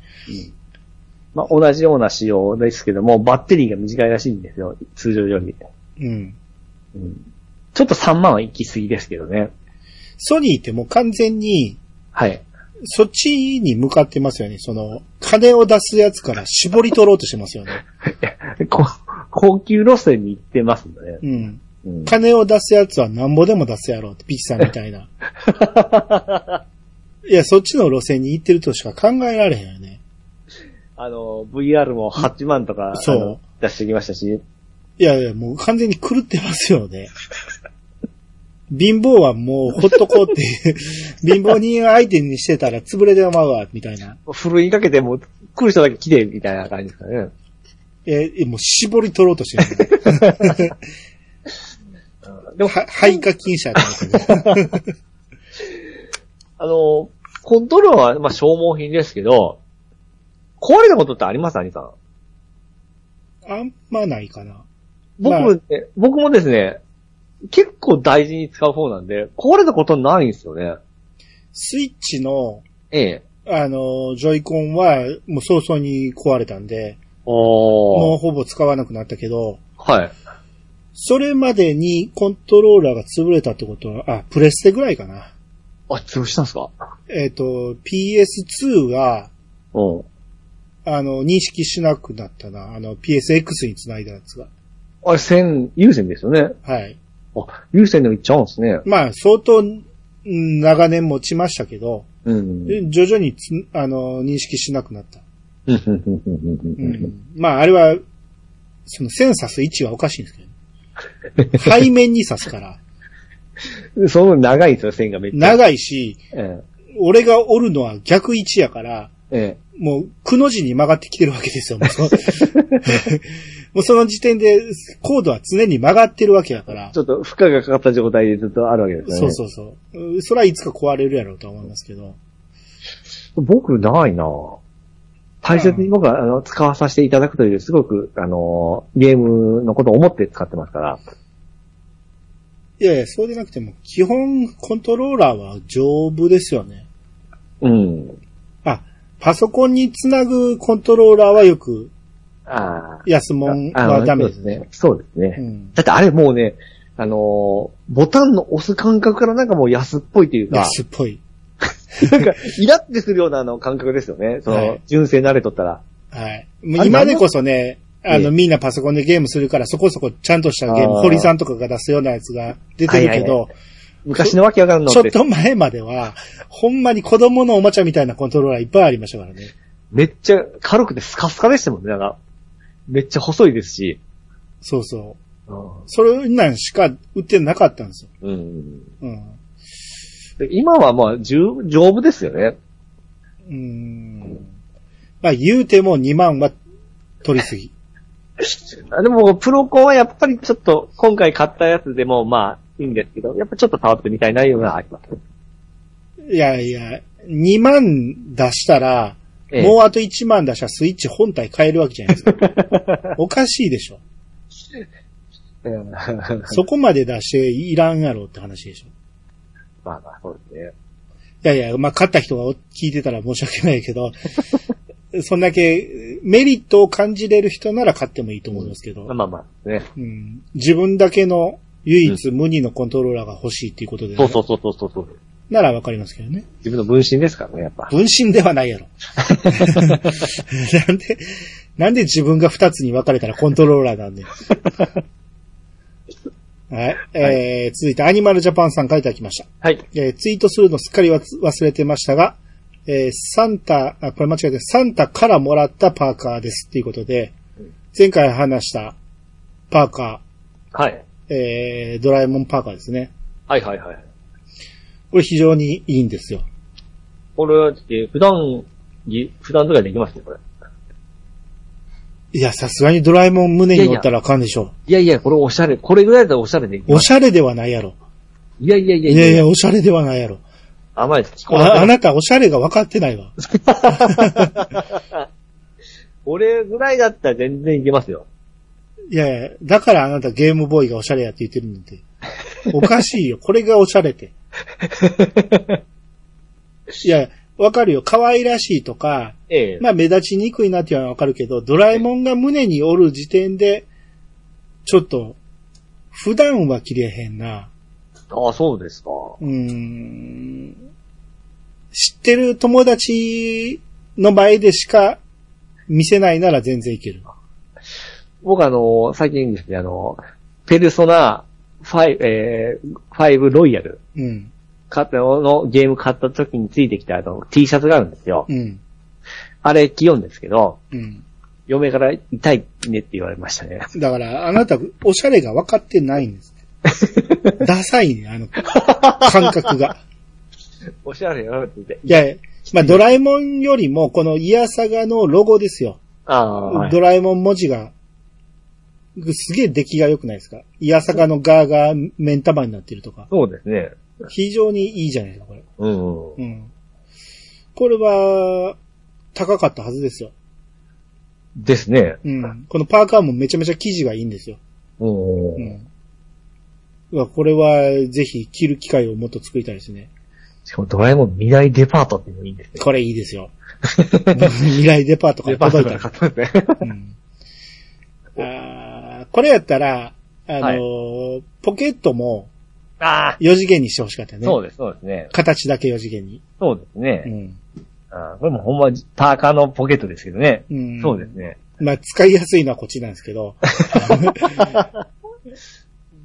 C: まあ、同じような仕様ですけども、バッテリーが短いらしいんですよ。通常より。
B: うん。
C: ちょっと3万は行き過ぎですけどね。
B: ソニーってもう完全に、
C: はい。
B: そっちに向かってますよね。その、金を出すやつから絞り取ろうとしてますよね。
C: こ高級路線に行ってますね。
B: うん。
C: うん
B: 金を出すやつはなんぼでも出すやろうって、ピチさんみたいな。いや、そっちの路線に行ってるとしか考えられへんよね。
C: あの、VR も8万とか、
B: そう
C: あの出してきましたし、
B: いやいや、もう完全に狂ってますよね。貧乏はもうほっとこうっていう、貧乏人相手にしてたら潰れてまうわ、みたいな。
C: ふるいにかけても、来る人だけ来て、みたいな感じですかね。
B: え、えもう絞り取ろうとしてる、
C: でも、
B: は、肺課金者ってことね
C: あの、コントローラーは、まあ、消耗品ですけど、壊れたことってあります兄さん。
B: あんまないかな。
C: 僕
B: まあ
C: もね、僕もですね、結構大事に使う方なんで、壊れたことないんですよね。
B: スイッチの、
C: ええ。
B: あの、ジョイコンは、もう早々に壊れたんで、もう
C: おー。
B: ほぼ使わなくなったけど、
C: はい。
B: それまでにコントローラーが潰れたってことは、あ、プレステぐらいかな。
C: あ、潰したんですか
B: えっ、と、PS2 が、
C: うん。
B: あの、認識しなくなったな。あの、PSX につないだやつが。
C: あれ、線、優先ですよね。
B: はい。
C: あ、優先でもいっちゃうんですね。
B: まあ、相当、ん長年持ちましたけど、
C: うん。
B: で徐々につ、あの、認識しなくなった。
C: うんうんうんうんうん
B: う。
C: うんんうん
B: まあ、あれは、その、線刺す位置はおかしいんですけど、背面に刺す から、
C: でその分長いんですよ、線がめっちゃ。い。
B: 長いし、
C: え
B: 俺がおるのは逆位置やから、
C: え。え
B: もう、くの字に曲がってきてるわけですよ。 もうそのもうその時点で、コードは常に曲がってるわけやから
C: え。ち。ょっと負荷がかかった状態でずっとあるわけです
B: そ
C: ね。
B: うそうそううん。それはいつか壊れるやろうとは思いますけど。
C: う。僕、ないなぁ大切に僕は、あの、使わさせていただくという、すごく、あの、ゲームのことを思って使ってますから。
B: いやいや、そうでなくても、基本コントローラーは丈夫ですよね。
C: うん。
B: あ、パソコンにつなぐコントローラーはよく
C: あ
B: 安
C: あ。
B: 物
C: あの
B: はダメです
C: そう
B: ね。。
C: そうですね。
B: うん。
C: だってあれもうね、あのーボタンの押す感覚からなんかもう安っぽいというか、
B: 安っぽい。
C: なんか、イラってするようなあの感覚ですよね。その、
B: はい
C: 純正慣れとったら。
B: はい。
C: あれ
B: 今でこそね、あ
C: ええ
B: の、みんなパソコンでゲームするから、そこそこちゃんとしたゲーム、
C: あー
B: 堀さんとかが出すようなやつが出てるけ
C: はい
B: ど、
C: 昔のわけわかんの
B: ちょ
C: っ、
B: ってと前までは、ほんまに子供のおもちゃみたいなコントローラーいっぱいありましたからね。
C: めっちゃ軽くてスカスカでしたもんね。なんか、めっちゃ細いですし。
B: そうそう。
C: う
B: それなんしか売ってなかったんですよ。
C: ん。
B: うん。
C: で今はまあ、丈丈夫ですよね。
B: うーん。まあ言うても2万は取りすぎ。
C: あでも、プロコンはやっぱりちょっと、今回買ったやつでもまあ、いいんですけど、やっぱちょっと触ってみたい内容があります。
B: いやいや、2万出したら、
C: ええ
B: もうあと1万出したらスイッチ本体買えるわけじゃないですか。 おかしいでしょ。
C: うん
B: そこまで出していらんやろって話でしょ。
C: まあまあ、そうですね。
B: いやいや、まあ、勝った人がお聞いてたら申し訳ないけ ど、そんだけメリットを感じれる人なら買ってもいいと思いますけど、
C: まあまあ、ね。
B: うん、自分だけの唯一無二のコントローラーが欲しいっていうことで、
C: そうそうそうそうそう。
B: ならわかりますけどね。
C: 自分の分身ですからね、やっぱ。
B: 分身ではない やろ。 なんで、なんで自分が二つに分かれたらコントローラーなん で。はい。えー、続いてアニマルジャパンさんからいただきました。
C: はい。
B: えーツイートするのすっかりわつ忘れてましたが、えーサンタ、あ、これ間違えて、サンタからもらったパーカーですっていうことで、前回話したパーカ
C: はい。
B: ー、えードラえもんパーカーですね。
C: はいはいはい。
B: これ非常にいいんですよ。
C: これは、えー普段、ぎ普段使いできますね、これ。
B: いや、さすがにドラえもん胸に乗ったらあかんでしょう。
C: いやいや、これおしゃれ。これぐらいだったらおしゃれできま
B: お
C: す。
B: しゃれではないやろ。
C: いやいやいや
B: いやいや、おしゃれではないやろ。
C: 甘いです。聞こえ
B: あ
C: な
B: あ
C: い。
B: なたおしゃれが分かってないわ。
C: これぐらいだったら全然いけ ますよ。
B: いやいや、だからあなたゲームボーイがおしゃれやって言ってるんで。おかしいよ。これがおしゃれって。いや、わかるよ。可愛らしいとか、
C: ええ
B: まあ目立ちにくいなっていうのはわかるけど、ドラえもんが胸におる時点で、ちょっと、普段は切れへんな。
C: ああ、そうですか。
B: うーん。知ってる友達の前でしか見せないなら全然いける。
C: 僕あの、最近ですね、あの、ペルソナ5、えー、5ロイヤル
B: うん。
C: 買ったののゲーム買った時についてきたあの T シャツがあるんですよ。
B: うん。
C: あれ着ようんですけど、
B: うん。
C: 嫁から痛いねって言われましたね。
B: だから、あなた、おしゃれが分かってないんですね。ダサいね、あの、感覚が。
C: おしゃれよって言って。
B: いや、まあ、ドラえもんよりも、このイヤサガのロゴですよ。
C: ああ、はい
B: ドラえもん文字が、すげえ出来が良くないですかイヤサガのガーが目ん玉になってるとか。
C: そうですね。
B: 非常にいいじゃないですか、これ。
C: うん、うん。
B: うん。これは、高かったはずですよ。
C: ですね。
B: うん。このパーカーもめちゃめちゃ生地がいいんですよ。
C: うんう。
B: うんん。うわ、これは、ぜひ着る機会をもっと作りたいですね。
C: しかもドラえもん未来デパートっていうのいいんですね。
B: これいいです よ。未来デパートか
C: デ
B: ら
C: パート
B: 届い
C: か
B: た
C: ら。買ったんですね。
B: うんあーこれやったら、あのーポケットも
C: ああ、
B: 4次元にしてほしかったよね。
C: そうです、そうですね。
B: 形だけ4次元に。
C: そうです
B: う
C: ね。
B: ん
C: ああこれもほんまパーカーのポケットですけどね。
B: うん
C: そうですね。
B: まあ、使いやすいのはこっちなんですけ ど。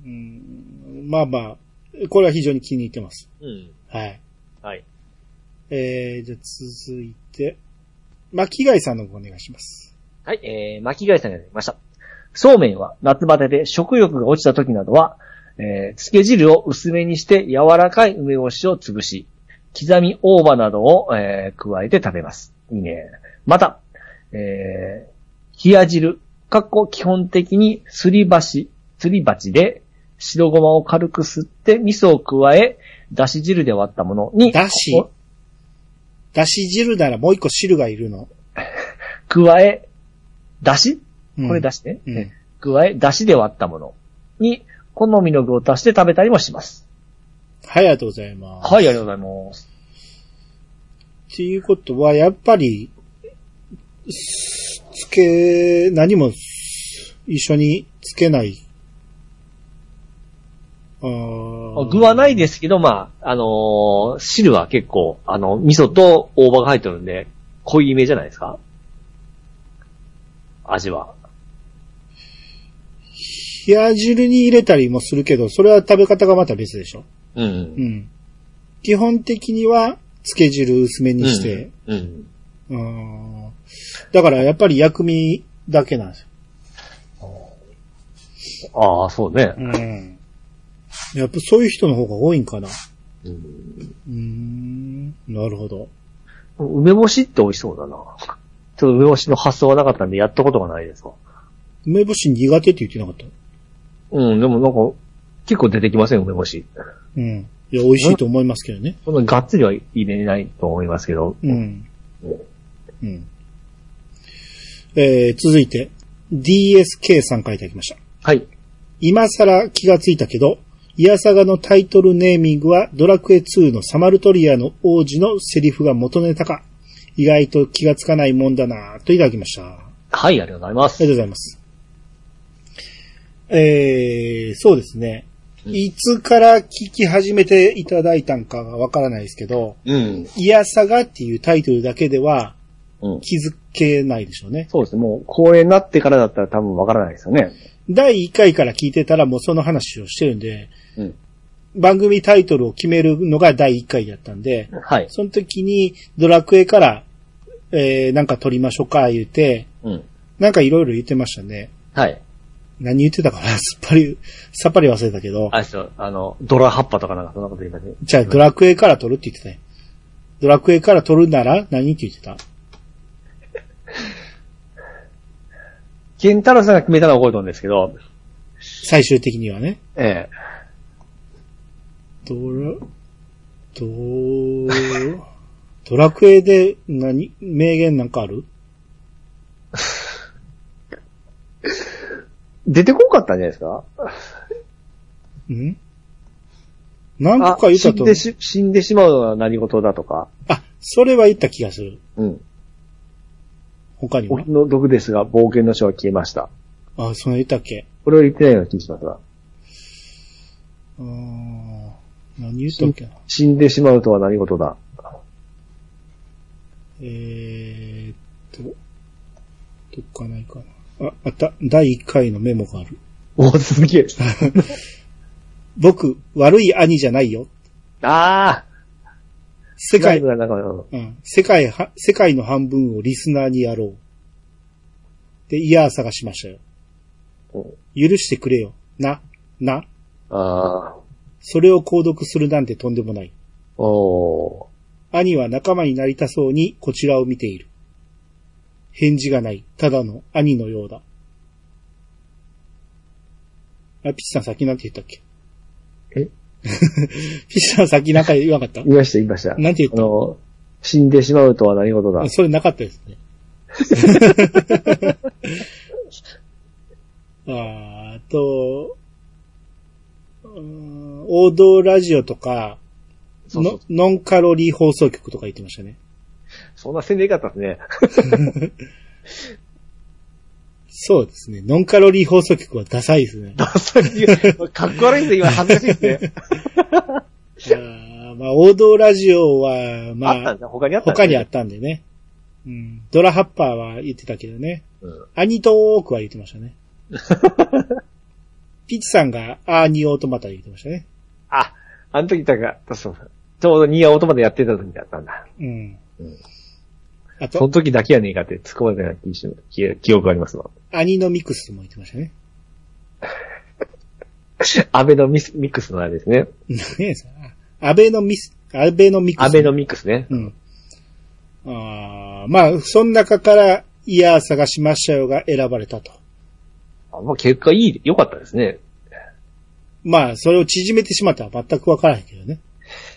B: うんまあまあ、これは非常に気に入ってます。
C: うん。
B: はい。
C: はい。
B: えー、じゃあ続いて、巻貝さんの方お願いします。
C: はい、えー、巻貝さんがいました。そうめんは夏バテで食欲が落ちた時などは、えー、漬け汁を薄めにして柔らかい梅干しを潰し、刻み大葉などを、えー、加えて食べます。いいね。また、えー、冷や汁、かっこ基本的にすり鉢、すり鉢で白ごまを軽くすって味噌を加え、だし汁で割ったものに、
B: だし
C: こ
B: だし汁ならもう一個汁がいるの。
C: 加え、だし
B: うん
C: これだしね。
B: うん
C: ね加え、出汁で割ったものに、好みの具を足して食べたりもします。
B: はい、ありがとうございます。
C: はい、ありがとうございます。
B: っていうことは、やっぱり、つけ、何も一緒につけない。あー
C: 具はないですけど、まあ、あのー汁は結構、あの、味噌と大葉が入ってるんで、濃いめじゃないですか味は。
B: 冷や汁に入れたりもするけど、それは食べ方がまた別でしょ。
C: うん。
B: うん。基本的には、つけ汁薄め
C: うん
B: にして、。
C: うん。
B: うんだからやっぱり薬味だけなんですよ。
C: ああ、そうね。
B: うん。やっぱそういう人の方が多いんかな。
C: うん
B: うーん。なるほど。
C: 梅干しって美味しそうだな。ちょっと梅干しの発想はなかったんで、やったことがないですわ。
B: 梅干し苦手って言ってなかった
C: うん、でもなんか、結構出てきません、梅干し。
B: うん。いや、美味しいと思いますけどね。
C: このがっつりは入れないと思いますけど。
B: うん。うん。えー、続いて、DSK さんからいただきました。
C: はい。
B: 今更気がついたけど、イヤサガのタイトルネーミングはドラクエ2のサマルトリアの王子のセリフが元ネタか。意外と気がつかないもんだなぁといただきました。あ
C: はい、ありがとうございます
B: りがとう。ございます。えー、そうですね。
C: うん
B: いつから聞き始めていただいたんかがわからないですけど、
C: うん。
B: イヤサガっていうタイトルだけでは
C: うん。
B: 気づけないでしょうね。
C: そうですね。もう、公演になってからだったら多分わからないですよね。
B: 第1回から聞いてたらもうその話をしてるんで、
C: うん。
B: 番組タイトルを決めるのが第1回だったんで、
C: はい。
B: その時にドラクエから、えー、なんか撮りましょうか言うて、
C: うん。
B: なんかいろいろ言ってましたね。
C: はい。
B: 何言ってたかなすっぱり、さっぱり忘れたけど、
C: あ、そう、あの、ドラ葉っぱとかなんかそんなこと言いません。
B: じゃあドラクエから撮るって言ってたよ。ドラクエから撮るなら何って言ってた
C: ケンタロウさんが決めたのは覚えてるんですけど、
B: 最終的にはね。
C: ええ。
B: ドラ、ド、ドラクエで何名言なんかある
C: 出てこんかったんじゃないですか
B: ん何
C: あ
B: 個か言っ
C: 死
B: た
C: ん
B: と
C: でし、死んでしまうのは何事だとか、
B: あ、それは言った気がする。
C: うん。
B: 他にも
C: 僕。の毒ですが、冒険の書は消えました。
B: あ、その言ったっけ
C: これを言ってないような気がしますが。
B: あー何言ったっけな。
C: 死んでしまうとは何事だ。
B: えーっと、どっかないかな。あ、あった。第1回のメモがある。
C: お、すげえ。
B: 僕、悪い兄じゃないよ。
C: ああ
B: 世
C: ラ
B: 界
C: イブ、がなんか、うん
B: うん、世界は、世界の半分をリスナーにやろう。で、イヤー探しましたよ。
C: うん
B: 許してくれよ。な、な。
C: ああ、
B: それを購読するなんてとんでもない。
C: おー
B: 兄は仲間になりたそうにこちらを見ている。返事がない。ただの兄のようだ。あ、ピッチさん先なんて言ったっけ
C: え
B: ピッチさん先なんか言わなかった
C: 言いました、言いました。
B: なんて言っ
C: あ
B: た
C: の、死んでしまうとは何事だ
B: あ。それなかったですね。あーあと、うーん王道ラジオとか、
C: そうそう
B: のノンカロリー放送局とか言ってましたね。
C: そんな宣伝良かったですね。
B: そうですね。ノンカロリー放送局はダサいです ね。
C: ダサい。かっこ悪いですね、今恥ずかしいですね。
B: あーまあ、王道ラジオは、ま
C: あった
B: あ、
C: んだ、他にあったんだ。
B: 他にあったんでね。うん。ドラハッパーは言ってたけどね。
C: うん
B: アニトークは言ってました ね。ピッチさんがアーニオートマタ言ってましたね。
C: あ、あの時だから、そうそうちょうどニアオートマでやってた時だったんだ。
B: うん
C: うん。
B: あ
C: その
B: と、
C: 時だけやねえかって突っ込まれたような気し 記憶がありますわ。
B: アニノミクスも言ってましたね。
C: アベノミスミックスのあれですね。
B: 何やそれアベノミス、アベノミクス。
C: アベノミックスね。
B: うん。あーまあ、その中から、いやー探しましたよが選ばれたと。
C: あまあ、結果いい、良かったですね。
B: まあ、それを縮めてしまったら全くわからへんけ どね。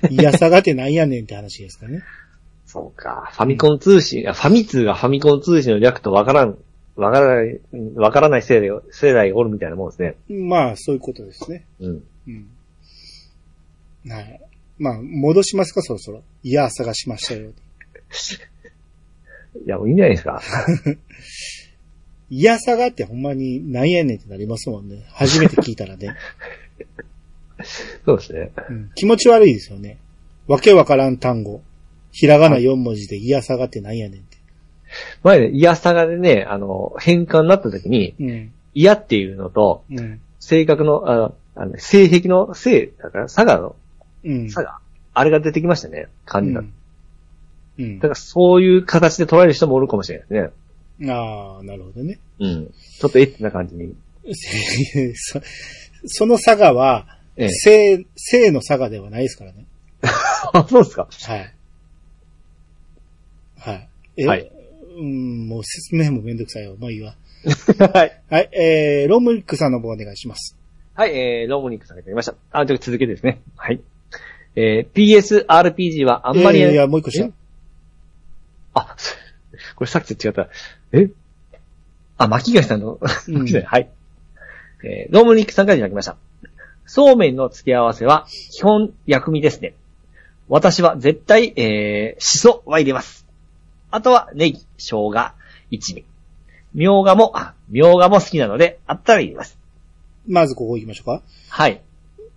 B: いやさがてなんやねんって話ですかね。
C: そうか。ファミコン通信、あファミ通がファミコン通信の略とわからん、わからない、わからない世代を、世代がおるみたいなもんですね。
B: まあ、そういうことですね。
C: うん。
B: うん。はい。まあ、戻しますか、そろそろ。いやー探しましたよ。
C: いや、もういいんじゃないですか。
B: いやさがってほんまになんやねんってなりますもんね。初めて聞いたら ね。
C: そうですね。
B: うん気持ち悪いですよね。わけわからん単語。ひらがな4文字でいやさがってなんやねんって。
C: 前ね、イヤサガでね、あの、変換になった時に、
B: うん。
C: イヤっていうのと、
B: うん。
C: 性格の、あの、あの性癖の性、だから、サガの、
B: うん。
C: サガ、あれが出てきましたね。
B: う
C: 漢字だと。
B: ん。うん
C: だからそういう形で捉える人もおるかもしれないですね。
B: ああ、なるほどね。
C: うん。ちょっとエッチな感じに。
B: そその佐賀は、
C: ええ。
B: 性、性の佐賀ではないですからね。
C: あ、そうですか。
B: はい。はい。え
C: はい
B: うん、もう説明もめんどくさいよ。もういいわ。
C: はい。
B: はい、えー、ロムリックさんの方お願いします。
C: はい、えー、ローモニックさんがいただきました。あ、という続けてですね。はい。えー、PSRPG はあんまり、
B: えーいや、もう一個した
C: え。あ、これさっきと違った。えあ、巻貝さんの、
B: うん
C: はい。えー、ロームニックさんからいただきました。そうめんの付け合わせは、基本薬味ですね。私は絶対、えー、しそは入れます。あとは、ネギ、生姜、一味。みょうがも、あ、みょうがも好きなので、あったら入れます。
B: まずここ行きましょうか。
C: はい。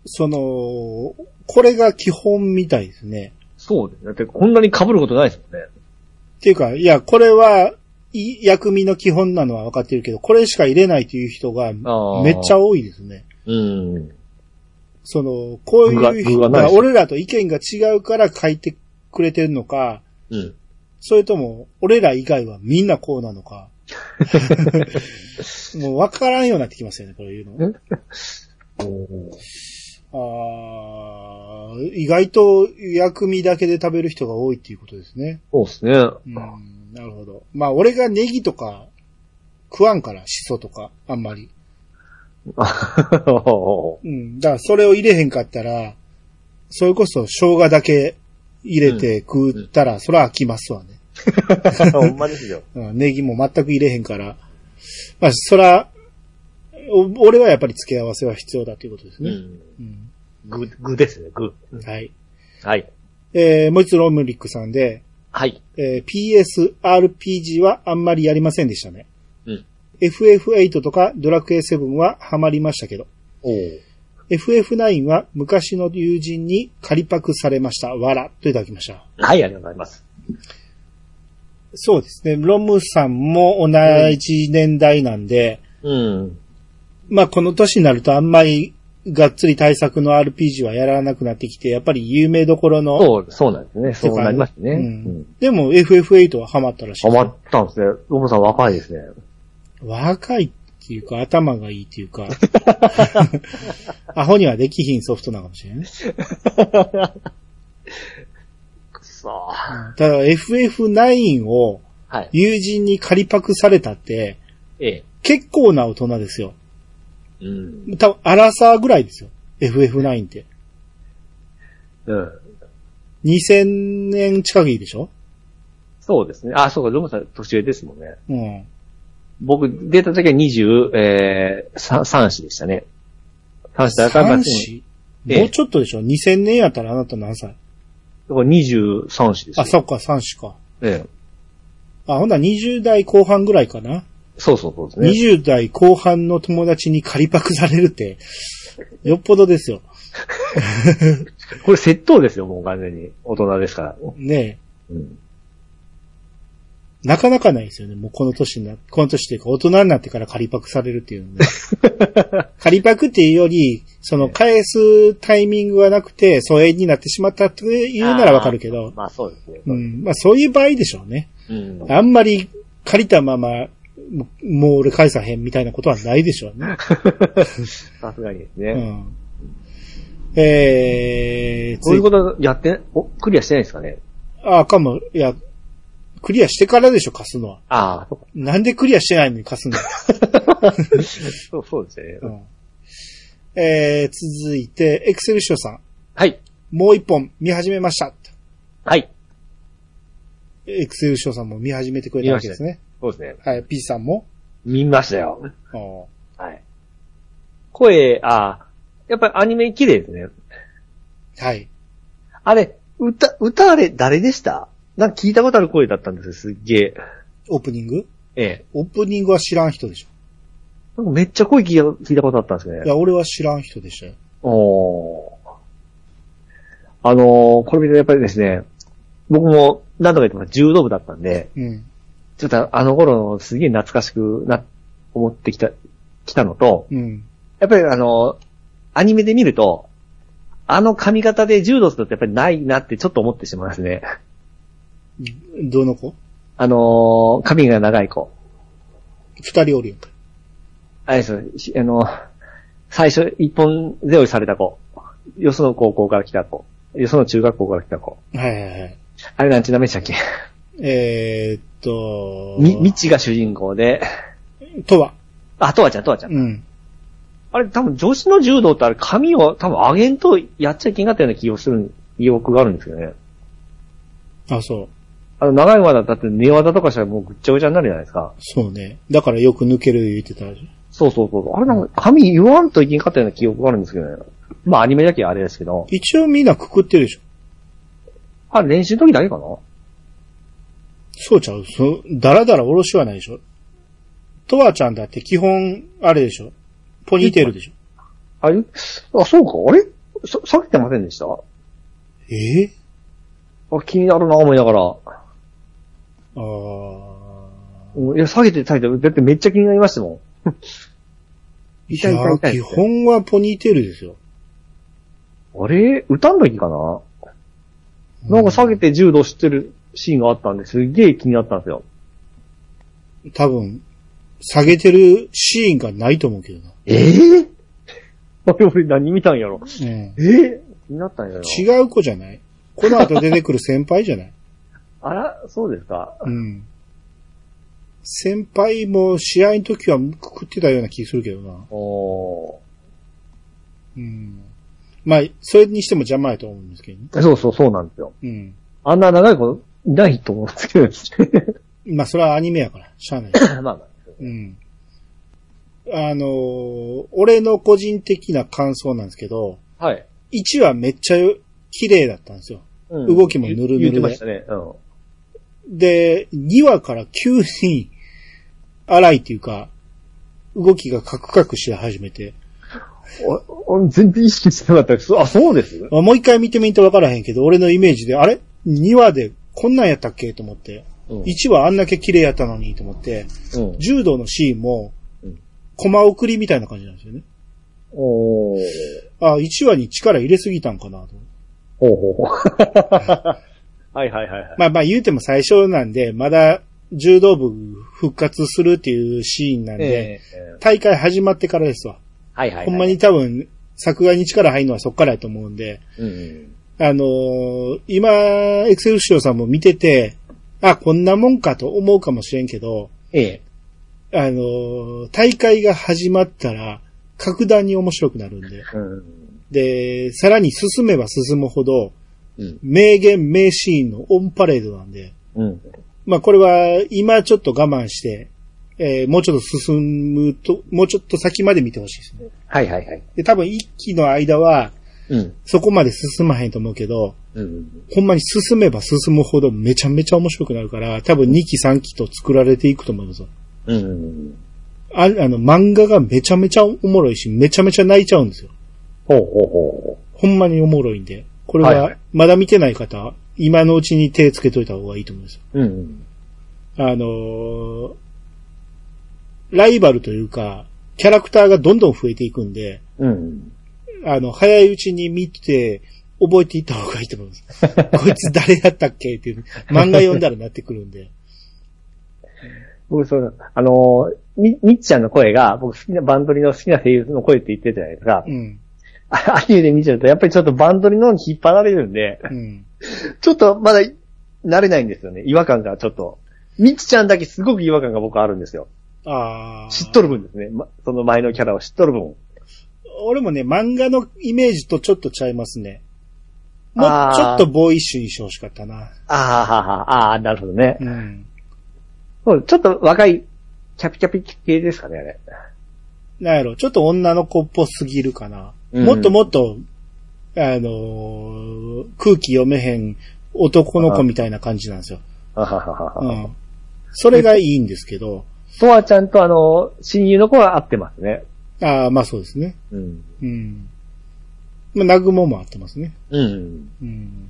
B: その、これが基本みたいですね。
C: そうです。だって、こんなに被ることないですもんね。
B: っていうか、いや、これは、い薬味の基本なのは分かってるけど、これしか入れないという人が
C: ー
B: めっちゃ多いですね。
C: うん。
B: その、こういう人
C: 具が具がな
B: が、
C: いですね
B: 俺らと意見が違うから書いてくれてるのか、
C: うん。
B: それとも、俺ら以外はみんなこうなのか。 もう分からんようになってきますよね、こういうの。あー意外と薬味だけで食べる人が多いっていうことですね。
C: そうですね。
B: うん、 なるほど。まあ、俺がネギとか食わんから、シソとか、あんまり。うん。だから、それを入れへんかったら、それこそ生姜だけ入れて食ったら、それは飽きますわね。
C: ほんまですよ。
B: うん、ネギも全く入れへんから。まあ、そら、お俺はやっぱり付け合わせは必要だということです
C: う
B: ね。
C: ん。
B: うん。
C: ぐ、ぐですね、ぐ。
B: はい。
C: はい。
B: えー、もう一つロムリックさんで、
C: はい。
B: えー PSRPG はあんまりやりませんでしたね。
C: うん。
B: FF8 とかドラクエ7はハマりましたけど、
C: お
B: FF9 は昔の友人に仮パクされました。わら、といただきました。
C: はい、ありがとうございます。
B: そうですね。ロムさんも同じ年代なんで、
C: うん。
B: まあこの年になるとあんまりがっつり対策の RPG はやらなくなってきて、やっぱり有名どころの、
C: そう、そうなんですね。そうなりますね。
B: う
C: うんん。
B: でも FF8 はハマったらしい。
C: ハマったんですね。ロボさん若いですね。
B: 若いっていうか、頭がいいっていう か、 アホにはできひんソフトなのかもしれない。
C: くそー
B: ただ FF9 を
C: はい。
B: 友人に仮パクされたって、
C: ええ。
B: 結構な大人ですよ。
C: うん。
B: 多分、アラサーぐらいですよ。FF9 って。
C: うん。
B: 2000年近くいいでしょ
C: そうですね。あ、そうか、ロボさん年上ですもんね。
B: うん。
C: 僕、出た時は20、えー、さ三子でしたね。三子だから、
B: 三
C: 私
B: 子
C: ええ
B: もうちょっとでしょ ?2000 年やったらあなた何歳
C: これ23子ですよ。
B: あ、そっか、三子か。
C: ええ。
B: あ、ほんなら20代後半ぐらいかな、
C: そうそうそうですね。
B: ?20 代後半の友達に仮パクされるって、よっぽどですよ。
C: これ窃盗ですよ、もう完全に。大人ですから。
B: ね
C: うん。
B: え。なかなかないですよね。もうこの年にな、この年というか大人になってから仮パクされるって いうのは仮パクっていうより、その返すタイミングがなくて疎遠になってしまったというならわかるけど、
C: まあそうですね。
B: うん。まあそういう場合でしょうね。
C: うん。
B: あんまり借りたまま、ももう俺返さへんみたいなことはないでしょうね。
C: さすがにです
B: う
C: ね。
B: ん。えー、
C: そうい
B: つい
C: うことやって、お、クリアしてないんですかね。
B: あ、かも、いや、クリアしてからでしょ、貸すのは。
C: ああ、そうか
B: なんでクリアしてないのに貸 すんだ、
C: そう、そうですね。
B: うん、えー、続いて、エクセルショーさん。
C: はい。
B: もう一本見始めました。
C: はい。
B: エクセルショーさんも見始めてくれたわけですね。
C: そうですね。
B: はい、P さんも。
C: 見ましたよ。
B: おー
C: はい。声、ああ、やっぱりアニメ綺麗ですね。
B: はい。
C: あれ、歌、歌あれ、誰でしたなんか聞いたことある声だったんですよ、すっげえ。
B: オープニング
C: ええ。
B: オープニングは知らん人でしょ。
C: なんかめっちゃ声聞いた聞いたことあったんです
B: い
C: ね。
B: や、俺は知らん人でしたよ。
C: おー。あのー、これ見てやっぱりですね、僕も何度か言ってます、柔道部だったんで、
B: うん。
C: ちょっとあの頃のすげえ懐かしくな、思ってきた、きたのと、
B: うん。
C: やっぱりあのー、アニメで見ると、あの髪型で柔道するとやっぱりないなってちょっと思ってしまいますね。
B: どの子
C: あのー、髪が長い子。
B: 二人おるよ。
C: あれですよしあの、最初一本ゼロにされた子。よその高校から来た子。よその中学校から来た子。
B: はいはいはい。
C: あれなんちゅう名前でしたっけ
B: えー、っと、
C: み、みちが主人公で、
B: とは。
C: あ、とわちゃん、とわちゃん。
B: うん。
C: あれ多分女子の柔道ってあれ髪を多分上げんとやっちゃいけんかったような気をする、記憶があるんですよね。
B: あ、そう。
C: あの長い技だって寝技とかしたらもうぐっちゃぐちゃになるじゃないですか。
B: そうね。だからよく抜ける言ってた。
C: そうそうそうそう。あれなんか髪言わんといけんかったような記憶があるんですけどね。まあアニメだけはあれですけど。
B: 一応みんなくくってるでしょ。
C: あれ練習の時だけかな
B: そうちゃう。そう、だらだらおろしはないでしょ。とわちゃんだって基本、あれでしょ。ポニーテールでしょ。
C: あれあ、そうか。あれさ、避けてませんでしたあ、
B: ええ
C: 気になるな、思いながら。
B: あー。
C: うんいや、下げてたいと、だってめっちゃ気になりましたもん。
B: い
C: 痛い痛い痛
B: や、
C: い
B: 基本はポニーテールですよ。
C: あれ歌の時かななんか下げて柔道してるシーンがあったんで、すっげえ気になったんですよ。
B: 多分、下げてるシーンがないと思うけどな。
C: ええ あれ俺何見たんやろ
B: うん。
C: ええ気になったんやろ
B: 違う子じゃないこの後出てくる先輩じゃない
C: あら、そうですか。
B: うん。先輩も試合の時はくくってたような気するけどな。
C: お
B: うん。まあ、それにしても邪魔やと思うんですけどね。
C: ーそうそう、そうなんですよ。
B: うん。
C: あんな長いこといないと思うんですけど。
B: まあ、それはアニメやから、しゃあない。
C: まあまあ。
B: うん。あのー俺の個人的な感想なんですけど、
C: はい。
B: 1はめっちゃ綺麗だったんですよ。
C: うん
B: 動きもぬるぬるで
C: 言ってましたね。うん。
B: で、2話から急に、荒いっていうか、動きがカクカクし始めて、
C: おうん全然意識してなかったです。あ、そうです
B: まあもう一回見てみんとわからへんけど、俺のイメージで、あれ ?2 話でこんなんやったっけと思って。
C: うん。
B: 1話あんだけ綺麗やったのにと思って、
C: うん
B: 柔道のシーンも
C: うん、
B: コマ送りみたいな感じなんですよね。
C: おー。
B: あ、1話に力入れすぎたんかなと。
C: ほうほうほう。 はいはいはいはい。
B: まあまあ言うても最初なんで、まだ柔道部復活するっていうシーンなんで、
C: ええ
B: 大会始まってからですわ。
C: はいはいはい。
B: ほんまに多分、作画に力入るのはそっからやと思うんで、
C: うんうん。
B: あのー今、エクセルシオさんも見てて、あ、こんなもんかと思うかもしれんけど、
C: ええ。
B: あのー大会が始まったら、格段に面白くなるんで。
C: うん。
B: で、さらに進めば進むほど、
C: うん。
B: 名言、名シーンのオンパレードなんで、
C: うん。
B: まあこれは今ちょっと我慢して、えーもうちょっと進むと、もうちょっと先まで見てほしいですね。
C: はいはいはい。
B: で、多分一期の間は
C: うん。
B: そこまで進まへんと思うけど、
C: うん。
B: ほんまに進めば進むほどめちゃめちゃ面白くなるから、多分2期3期と作られていくと思いますよ。
C: うん。
B: ああの漫画がめちゃめちゃおもろいし、めちゃめちゃ泣いちゃうんですよ。
C: ほうほうほ
B: ほんまにおもろいんで。これ
C: は
B: はいまだ見てない方、今のうちに手つけといた方がいいと思いますよ。
C: う。うん。
B: あのーライバルというか、キャラクターがどんどん増えていくんで、
C: うん。
B: あの、早いうちに見て、覚えていった方がいいと思います。こいつ誰やったっけっていう、漫画読んだらなってくるんで。
C: 僕、その、あのー、み、みっちゃんの声が、僕好きな、バンドリの好きな声優の声って言ってるじゃないですか
B: う。ん。
C: あアニメで見ちゃうと、やっぱりちょっとバンドリの方に引っ張られるんで、
B: うん。
C: ちょっとまだ、慣れないんですよね。違和感がちょっと。みっちゃんだけすごく違和感が僕あるんですよ。
B: ああ。
C: 知っとる分ですね。ま、その前のキャラを知っとる分。
B: 俺もね、漫画のイメージとちょっとちゃいますね。もう
C: あー
B: ちょっとボーイッシュにしてほしかったな。
C: ああ、ああ、ああ、なるほどね
B: う。ん。
C: そうちょっと若い、キャピキャピ系ですかね、あれ。
B: なんやろ、ちょっと女の子っぽすぎるかな。
C: うん
B: もっともっと、あのー空気読めへん男の子みたいな感じなんですよ。
C: あははは
B: う
C: は。
B: ん。それがいいんですけど、
C: とわちゃんとあの、親友の子は合ってますね。
B: ああ、まあそうですね。
C: うん。
B: うん。まあ、ナグモも合ってますね。
C: うん。
B: うん。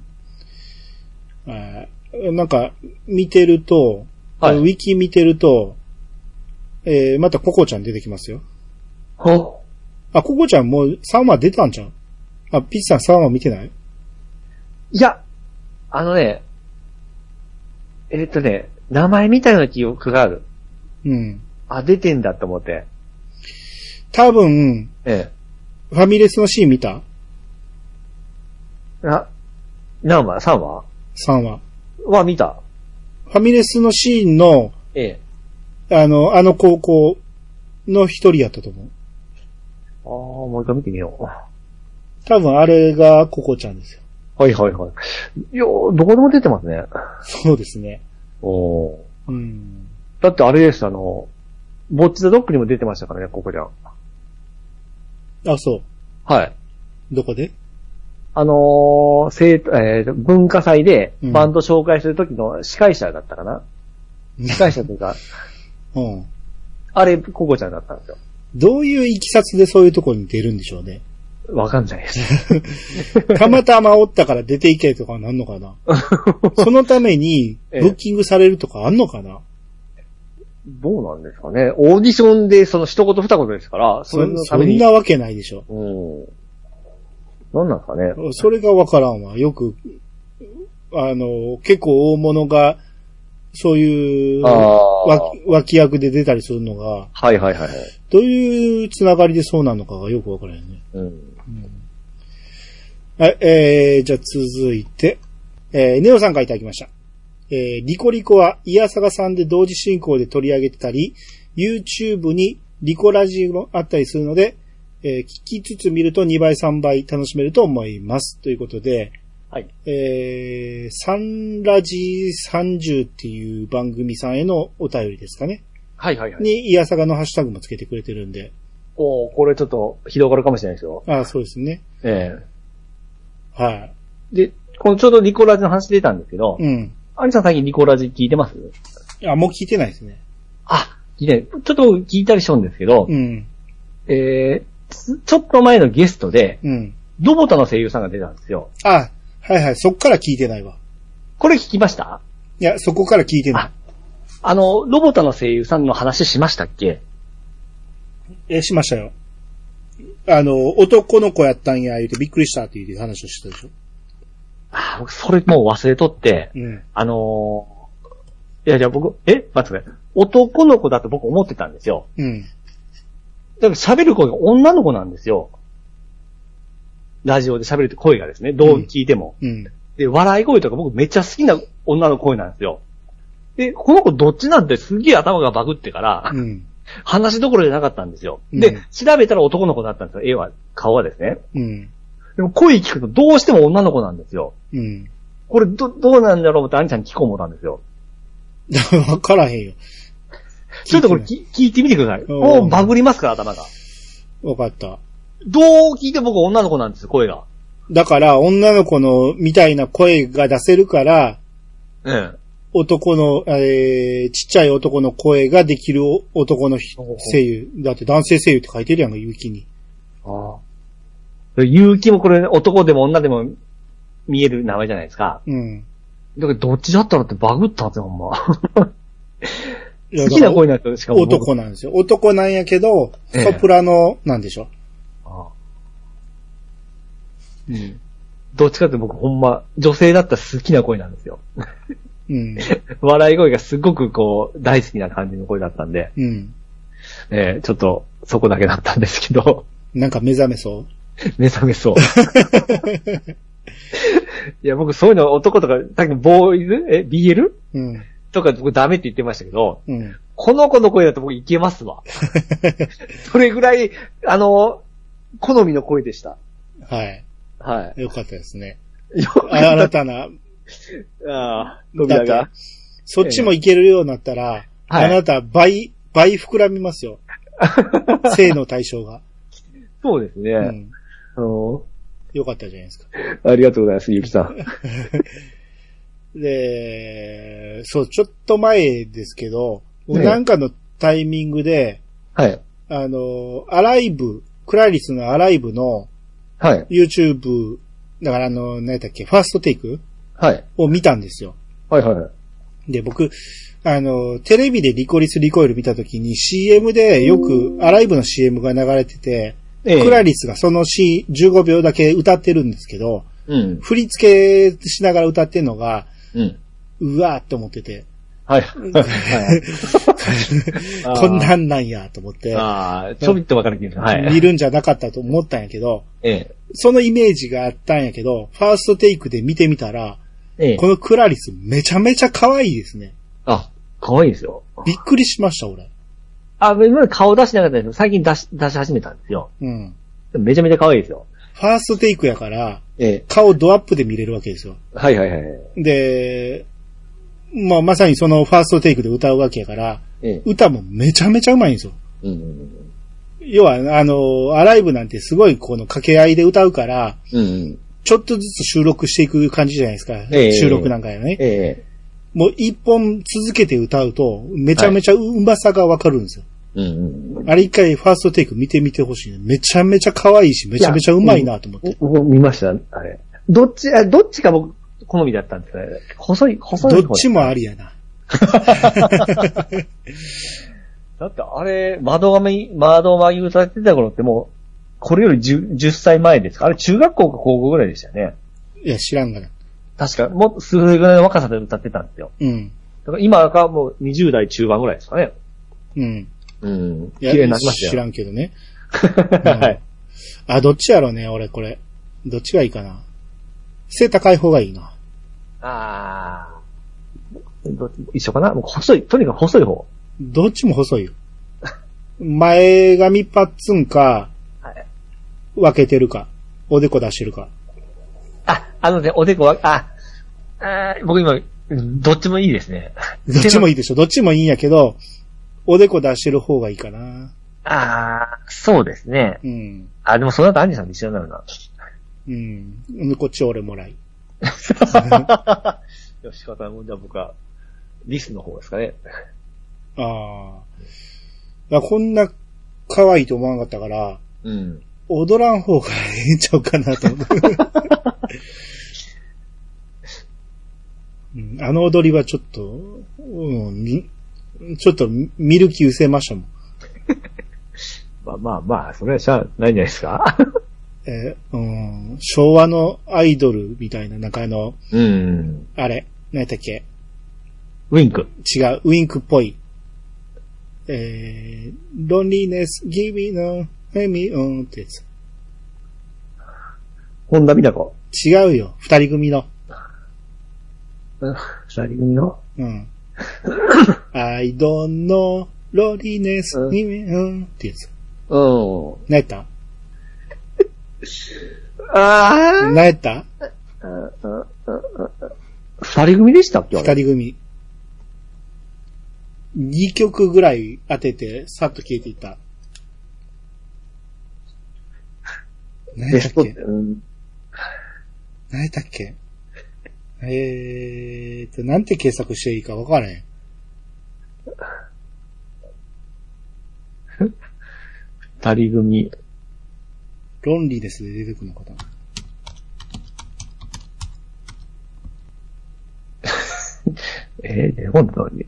B: あーなんか、見てると、
C: はい
B: ウィキ見てると、えー、またココちゃん出てきますよ。
C: ほ
B: あ、ココちゃんもう3話出たんじゃんあ、ピッチさん3話見てない
C: いや、あのね、えっとね、名前みたいな記憶がある。
B: うん。
C: あ、出てんだと思って。
B: 多分、
C: え
B: ファミレスのシーン見た
C: え。な、何話 ?3 話
B: ?3 話。
C: は見た。
B: ファミレスのシーンの、
C: ええ。
B: あの、あの高校の一人やったと思う。
C: ああ、もう一回見てみよう。
B: 多分あれがココちゃんですよ。
C: はいはいはい。いや、どこでも出てますね。
B: そうですね。
C: おお。
B: うん。
C: だってあれです、あの、ぼっちザドッグにも出てましたからね、ここじゃん。
B: あ、そう。
C: はい。
B: どこで
C: あのー、生徒、えー文化祭で
B: うん
C: バンド紹介するときの司会者だったか な、司会者というか、
B: うん。
C: あれ、ココちゃんだったんですよ。
B: どういういきさつでそういうところに出るんでしょうね。
C: わかんないです。
B: たまたまおったから出ていけとかなんのかなそのために、ブ
C: ええ
B: ッキングされるとかあんのかな、
C: どうなんですかね。オーディションでその一言二言ですから、そ
B: そ
C: れ
B: ん
C: の
B: そ
C: ため
B: ん
C: に。
B: なわけないでしょ。
C: うん。なんなんですかね。
B: それがわからんわ。よく、あの、結構大物が、そういう、
C: あ
B: わ
C: あ。
B: 脇役で出たりするのが、
C: はいはいはいはい。
B: どういうつながりでそうなのかがよくわからんよね。
C: うん。
B: はい、えー、じゃあ続いて、えー、ネオさんからいただきました。えー、リコリコはイヤサガさんで同時進行で取り上げてたり、YouTube にリコラジもあったりするので、えー聞きつつ見ると2倍3倍楽しめると思います。ということで、
C: はい。
B: えー、サンラジ30っていう番組さんへのお便りですかね。
C: はいはいはい。
B: に、イヤサガのハッシュタグもつけてくれてるんで。
C: おおこれちょっと広がるかもしれないですよ。
B: あーそうですね。
C: え
B: は
C: えで、このちょうどリコラジの話出たんですけど
B: い。、うん。
C: アリさん最近リコラジ聞いてます
B: あ、もう聞いてないですね。
C: あ、聞いてないちょっと聞いたりしょんですけど、
B: うん。
C: えーつちょっと前のゲストで、
B: うん。
C: ロボタの声優さんが出たんですよ。
B: あ、はいはい。そっから聞いてないわ。
C: これ聞きました
B: いや、そこから聞いてな
C: ああの、ロボタの声優さんの話しましたっけ
B: い。え、しましたよ。あの、男の子やったんや、言うてびっくりしたっていう話をしてたでしょ。
C: あー僕それもう忘れとって、
B: うん。
C: あのーいやいや僕、え待ってください。男の子だと僕思ってたんですよ。
B: うん。
C: だから喋る声が女の子なんですよ。ラジオで喋るって声がですね、どう聞いても。
B: うん。
C: で、笑い声とか僕めっちゃ好きな女の声なんですよ。で、この子どっちなんてすげえ頭がバグってから、
B: うん。
C: 話どころじゃなかったんですよ。
B: う
C: で
B: ん、
C: 調べたら男の子だったんですよ。絵は、顔はですね。
B: うん。
C: でも声聞くとどうしても女の子なんですよ。
B: うん。
C: これど、どうなんだろうって兄ちゃんに聞こうもたんですよ。
B: だから分からへんよ。
C: ちょっとこれき聞いてみてください。
B: うん
C: もうバグりますから、頭が。
B: 分かった。
C: どう聞いても僕女の子なんですよ、声が。
B: だから、女の子の、みたいな声が出せるから、
C: うん。
B: 男の、えー、ちっちゃい男の声ができる男の人
C: ほうほう
B: 声優。だって男性声優って書いてるやんか、ゆきに。
C: ああ。勇気もこれ、男でも女でも見える名前じゃないですか。
B: うん。
C: だからどっちだったのってバグったんですよ、ほんま。
B: いや
C: 好き
B: だ
C: な
B: か
C: 声なんですよ、しからも。
B: 男なんですよ。男なんやけど、
C: ええ
B: ソプラノなんでしょ。
C: ああうん。どっちかって僕ほんま、女性だったら好きな声なんですよ。
B: うん。
C: 笑い声がすごくこう、大好きな感じの声だったんで、
B: うん。
C: ええちょっと、そこだけだったんですけど、
B: なんか目覚めそう。
C: 目覚め そう。いや、僕そういうの男とか、さっきのボーイズえ、BL?
B: うん。
C: とか僕ダメって言ってましたけど、
B: うん。
C: この子の声だと僕いけます わ。それぐらい、あの、好みの声でした。
B: はい。
C: は
B: よかったです ね。
C: い。よく
B: あ新たな、
C: ああ、
B: だ
C: 扉
B: っ
C: が
B: て。そっちもいけるようになったら、
C: はい
B: あなた倍、倍膨らみます よ。性の対象が。
C: そうですね、
B: うん。
C: あの。
B: よかったじゃないですか。
C: ありがとうございます、ゆきさん。
B: で、そう、ちょっと前ですけど、
C: ね
B: なんかのタイミングで、
C: はい。
B: あの、アライブ、クラリスのアライブの
C: はい。
B: YouTube、だからあの、何やったっけ、ファーストテイク
C: はい。
B: を見たんですよ。
C: はい、はいはい。
B: で、僕、あの、テレビでリコリスリコイル見た時に CM でよくアライブの CM が流れてて、
C: え
B: クラリスがそのシーン15秒だけ歌ってるんですけど、
C: うん。
B: 振り付けしながら歌ってるのが、
C: うん。
B: うわーって思ってて、
C: はい。はい
B: こん。なんなんやと思って、
C: ああ、ちょびっとわかる気がする。はい。
B: 見るんじゃなかったと思ったんやけど、
C: ええ。
B: そのイメージがあったんやけど、ファーストテイクで見てみたら、
C: ええ
B: こ。のクラリスめちゃめちゃ可愛いですね。
C: あ、可愛いですよ。
B: びっくりしました、俺。
C: あ、今まで顔出してなかったんですけど、最近出し、出し始めたんですよ。
B: うん。
C: めちゃめちゃ可愛いですよ。
B: ファーストテイクやから、
C: ええ。
B: 顔ドアップで見れるわけですよ。
C: はいはいはいはい。
B: で、まあまさにそのファーストテイクで歌うわけやから、
C: ええ。
B: 歌もめちゃめちゃうまいんですよ。
C: うん。
B: 要は、あの、アライブなんてすごいこの掛け合いで歌うから、
C: うん。
B: ちょっとずつ収録していく感じじゃないですか。
C: ええ
B: 収録なんかやね。
C: ええ。
B: もう一本続けて歌うと、めちゃめちゃうまさがわかるんですよ。
C: うん。
B: あれ一回ファーストテイク見てみてほしいね。めちゃめちゃ可愛いし、めちゃめちゃうまいなと思って。
C: 僕見ました、あれ。どっち、あどっちが僕、好みだったんですかね。細い、細い
B: ど
C: 方。
B: っちもありやな。
C: だってあれ、窓がめ、窓が言うされてた頃ってもう、これより 10, 10歳前ですかあれ中学校か高校ぐらいでしたよね。
B: いや、知らんがな。
C: 確か、もうそれぐらいの若さで歌ってたんですよ。
B: うん。
C: だから今がもう20代中盤ぐらいですかね。
B: うん。
C: うん。
B: い
C: 綺
B: や
C: 麗になりました
B: 知
C: よ。
B: らんけど ね。
C: はい。
B: あ、どっちやろうね、俺これ。どっちがいいかな。背高い方がいいな。
C: あーど一緒かなもう細い、とにかく細い方。
B: どっちも細い よ。前髪パッツンか、
C: はい
B: 分けてるか、おでこ出してるか。
C: あ、あのね、おでこは、あ、あー僕今、うんどっちもいいですね。
B: どっちもいいでしょ。どっちもいいんやけど、おでこ出してる方がいいかな。
C: あーそうですね。
B: うん。
C: あ、でもその後アンジさんと一緒になるな。
B: うん。こっち俺もらい。
C: よし、仕方ないもんじゃあ僕は、リスの方ですかね。
B: ああ。だからこんな可愛いと思わなかったから、
C: うん。
B: 踊らん方がええんちゃう かなと思って。うんあの踊りはちょっと、うんみちょっと見る気失せましたもん。
C: まあまあまあ、それはしゃあないんじゃないですか。
B: えーうん、昭和のアイドルみたいな、なんかあの、
C: うん。
B: あれ、何やったっけ
C: ウィンク。
B: 違う、ウィンクっぽい。えー、loneliness, give me no, let me on ってやつ。
C: 本田美奈子。
B: 違うよ、二人組の。
C: うん。二人組の
B: うん。I don't know, loneliness,
C: う
B: give
C: ん
B: me on ってやつ。
C: うん。
B: 何やった
C: あ
B: 何やった
C: あ二人組でしたっけ
B: 二
C: あれ
B: 人組。二曲ぐらい当てて、さっと消えていった。何や
C: ベ
B: った
C: ス
B: っ
C: ト、
B: け
C: うん。
B: 何やったっけえーと、なんて検索していいか分からへん。
C: 二人組。
B: ロンリーですで出てくるのかな
C: えー、本当に。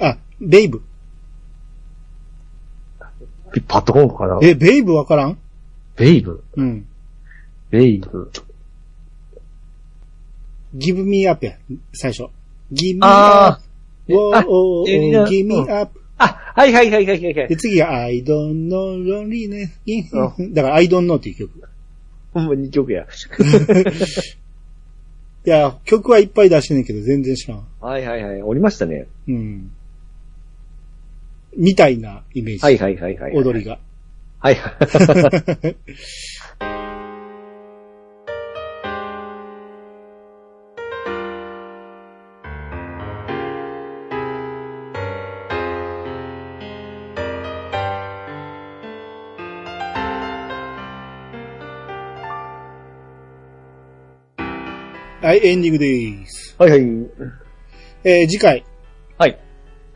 B: あ、ベイブ。
C: パッとこうかな。
B: え、ベイブ分からん
C: ベイブ。
B: うん。
C: ベイブ。
B: give me up や、最初。give me
C: あ
B: up, oh,
C: あ
B: oh, oh,
C: ええ
B: give me up.
C: あ、はいはいはいはいはいは
B: で、
C: い。
B: 次が I don't know loneliness.
C: う
B: だから I don't know っていう曲。
C: ほんま二曲や。
B: いや、曲はいっぱい出してんねんけど、全然知らん。
C: はいはいはい。おりましたね。
B: うん。みたいなイメージ。
C: はいはいはいはい。
B: 踊りが。
C: はい。
B: はい、エンディングです。
C: はいはい。
B: えー、次回、
C: はい。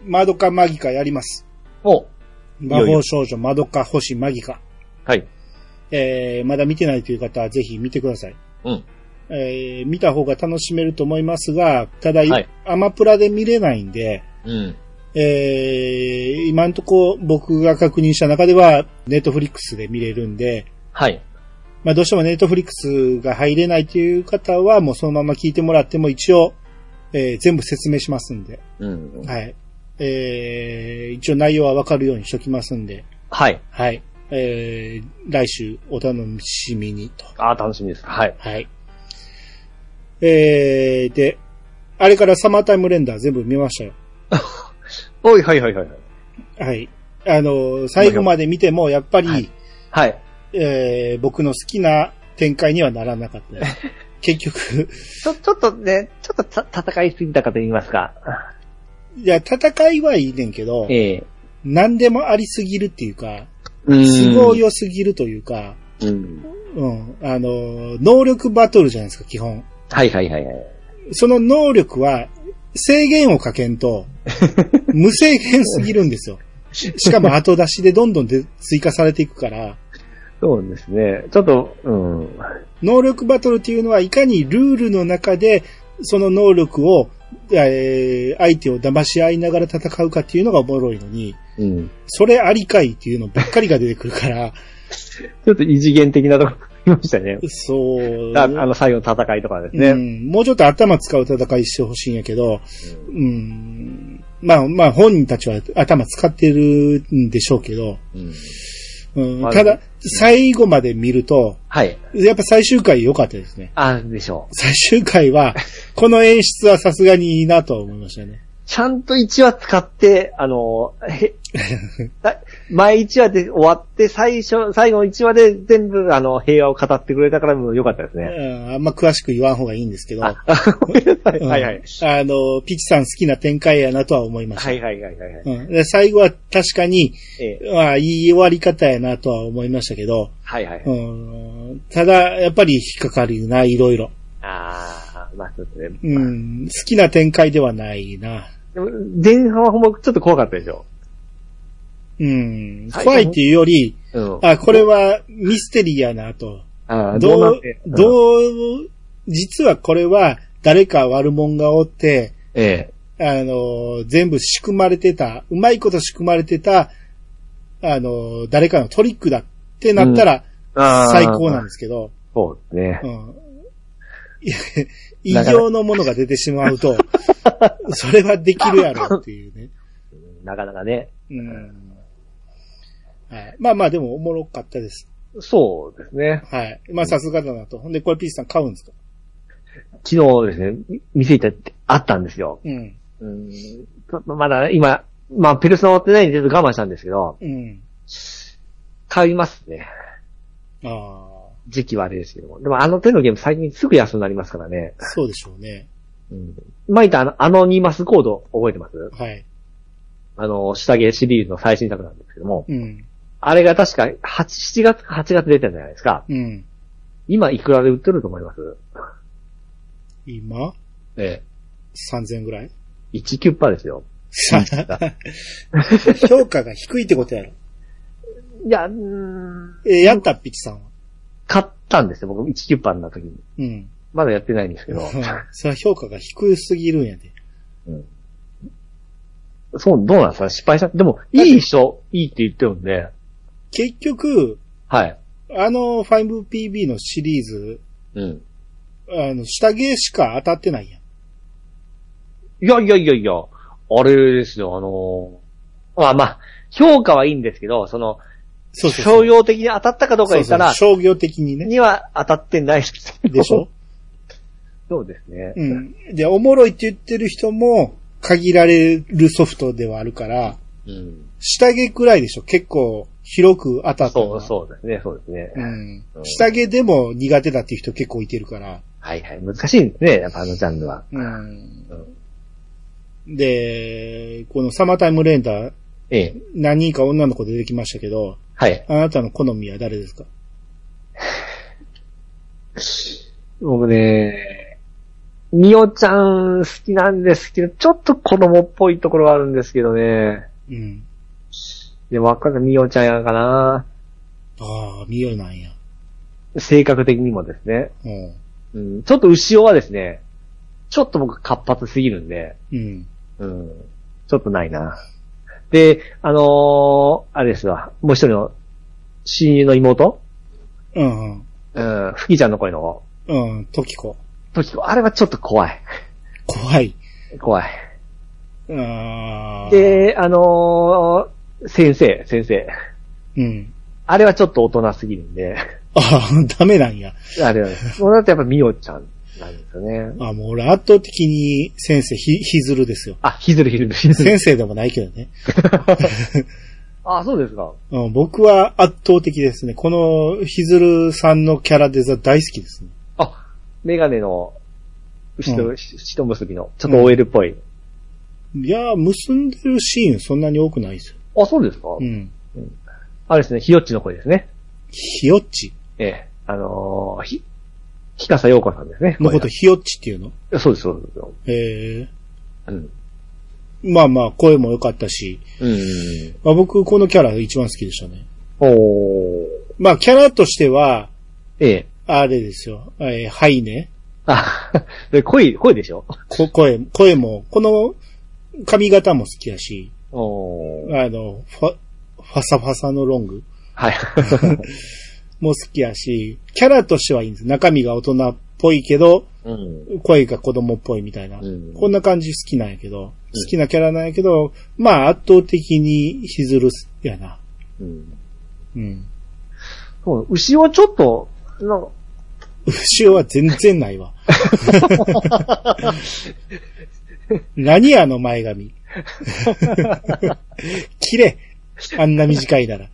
B: マドカマギカやります。
C: お
B: 魔法少女マドカ星マギカ。
C: はい。
B: えー、まだ見てないという方はぜひ見てください。
C: うん。
B: えー、見た方が楽しめると思いますが、ただ、
C: はい
B: アマプラで見れないんで、
C: うん。
B: えー、今んとこ僕が確認した中では、ネットフリックスで見れるんで、
C: はい。
B: まあどうしてもネットフリックスが入れないという方は、もうそのまま聞いてもらっても一応、えー全部説明しますんで、
C: うん。
B: はい。えー、一応内容はわかるようにしときますんで、
C: はい。
B: はい。えー、来週お楽しみにと。
C: ああ、楽しみです。はい。
B: はい。えー、で、あれからサマータイムレンダー全部見ましたよ。
C: おい、はいはいはいはい。
B: はい。あの、最後まで見ても、やっぱり、
C: はいはい。
B: えー僕の好きな展開にはならなかった です結局、
C: ちょ、ちょっとね、ちょっとた戦いすぎたかと言いますか。
B: いや、戦いはいいねんけど、
C: ええ
B: 何でもありすぎるっていうか、
C: うん
B: 都合良すぎるというか、
C: うん。
B: うん、あの、能力バトルじゃないですか、基本。
C: はいはいはいはい。
B: その能力は、制限をかけんと、無制限すぎるんですよ。ししかも後出しでどんどんで追加されていくから、
C: そうですね。ちょっと、うん。
B: 能力バトルっていうのはいかにルールの中で、その能力を、えー相手を騙し合いながら戦うかっていうのがおもろいのに、
C: うん。
B: それありかいっていうのばっかりが出てくるから、
C: ちょっと異次元的なところがありましたね。
B: そう。
C: ああの、最後の戦いとかですね。
B: うん、もうちょっと頭使う戦いしてほしいんやけど、うん、まあまあ本人たちは頭使ってるんでしょうけど、
C: うん
B: うん
C: まあ
B: た
C: う
B: だ
C: ん、
B: 最後まで見ると、
C: はい。
B: やっぱ最終回良かったですね。
C: あるでしょう。
B: 最終回 は、この演出はさすがにいいなと思いましたね。
C: ちゃんと1話使って、あの、 へだ前1話で終わって、最初、最後の1話で全部、あの、平和を語ってくれたからもう良かったですね。
B: うんあんま詳しく言わん方がいいんですけど、
C: あ、あごめんなさい。
B: うん
C: はいはい。
B: あの、ピチさん好きな展開やなとは思いました。
C: はいはいはいはいはい。
B: うんで最後は確かに、
C: ええ
B: まあ、いい終わり方やなとは思いましたけど、
C: はいはいは
B: う
C: い。
B: んただ、やっぱり引っかかるな、いろいろ。
C: ああ、まあそうですね。
B: うん、好きな展開ではないな。
C: でも前半はほんまちょっと怖かったでしょ。
B: うん。
C: はい
B: 怖いっていうより、
C: うん。
B: あ、これはミステリーやなと。
C: あーど
B: ど
C: うなっ
B: う
C: て、、うん
B: どう、実はこれは誰か悪者がおって、
C: え
B: あの、全部仕組まれてた、うまいこと仕組まれてた、あの、誰かのトリックだってなったら、
C: え。あー
B: 最高なんですけど、
C: そうですね
B: う。ん。 異常のものが出てしまう と、それはできるやろっていうね。
C: なかなかね。
B: うん。はい、まあまあでもおもろかったです。
C: そうですね。
B: はい。まあさすがだなと。ほんで、これピースさん買うんですか
C: 昨日ですね、み店行ったってあったんですよ。
B: うん。
C: うん。ままだ今、まあ、ペルソナ持ってないんでちょっと我慢したんですけど、
B: うん。
C: 買いますね。
B: ああ、
C: 時期はあれですけども。でもあの手のゲーム最近すぐ安くなりますからね。
B: そうでしょうね。
C: うん。前言ったあの、アノニマスコード覚えてます
B: はい。
C: あの、下着シリーズの最新作なんですけども。
B: うん。
C: あれが確か8、7月か8月出てたじゃないですか。
B: うん。
C: 今いくらで売ってると思います
B: 今、
C: え
B: 3000ぐらい
C: え。19%ですよ。
B: 評価が低いってことやろ。
C: いや、うーん
B: えーやった、ピチさんは。
C: 買ったんですよ。僕19%になった時に。
B: うん。
C: まだやってないんです けど。
B: それは評価が低すぎるんやで。
C: そう、どうなんですか失敗した。でも、いい人、いいって言ってるんで。
B: 結局、
C: はい。
B: あの 5PB のシリーズ、
C: うん。
B: あの、下芸しか当たってないやん。
C: いやいやいやいや、あれですよ、あのーまあまあ、評価はいいんですけど、その、
B: そうそうそう
C: 商用的に当たったかどうか言った
B: そ
C: ら、
B: うそう商業的にね。
C: には当たってないですけど
B: でしょ
C: そうですね。
B: うん。で、おもろいって言ってる人も、限られるソフトではあるから、
C: うん。
B: 下毛くらいでしょ結構広く当たったの
C: そう、
B: は
C: そうですね、そうですね。
B: うん
C: う。ん
B: 下毛でも苦手だっていう人結構いてるから。
C: はいはい。難しいんですね、やっぱあのジャンルは。
B: うん。で、このサマータイムレンダー、
C: ええ。
B: 何人か女の子出てきましたけど、
C: はい。
B: あなたの好みは誰ですか
C: 僕ね、みおちゃん好きなんですけど、ちょっと子供っぽいところがあるんですけどね。
B: うん。
C: でも、若くみおちゃんやかな。
B: ああ、見ようなんや。
C: 性格的にもですね。
B: うん。
C: うん。ちょっと牛尾はですね、ちょっと僕活発すぎるんで、
B: うん。
C: うん。ちょっとないな。で、あのーあれですわ。もう一人の親友の妹
B: うんうん。
C: うん。ふきちゃんの声の方。
B: うん、トキコ。
C: ときこ、あれはちょっと怖い。
B: 怖い。
C: 怖い。
B: ああ。
C: で、あのー先生、先生。
B: うん。
C: あれはちょっと大人すぎるんで、
B: ああ、 ダメなんや。
C: あれは、そうなるとやっぱみおちゃんなんですよね。
B: あもう俺圧倒的に先生ひ、ひずるです よ。
C: あ、ひずるひずるひずる。
B: 先生でもないけどね。
C: あ、そうですか。
B: うん、僕は圧倒的ですね。このひずるさんのキャラデザ大好きですね。
C: あ、メガネの、後ろ、
B: う
C: ひ一結びの、ちょっと OL っぽい。
B: いやー、結んでるシーンそんなに多くないですよ。
C: あ、そうですか、
B: うん。
C: あれですね、ひよっちの声ですね。
B: ひよっち。
C: ええ。あのー、ひ、ひかさようこさんですね。
B: のこと
C: 声
B: ひよっちっていうの
C: がそうです、そうです。そう
B: ええ
C: ですうん。
B: まあまあ、声も良かったし、
C: うん。
B: まあ、僕このキャラ一番好きでしたね。
C: おー。
B: まあ、キャラとしては、
C: ええ。
B: あれですよ。えー、ハイね。
C: あ、 で声、声でしょ
B: こ声、声も、この髪型も好きだし、
C: おー。
B: あの、ファ、ファサファサのロング
C: はい。
B: も好きやし、キャラとしてはいいんです。中身が大人っぽいけど、
C: うん。
B: 声が子供っぽいみたいな。
C: うん
B: こんな感じ好きなんやけど、好きなキャラなんやけど、まあ圧倒的にひずるやな。
C: うん。
B: うん。
C: そう、牛はちょっと、なんか、
B: 後ろは全然ないわ。 何あの前髪。綺麗。あんな短いなら。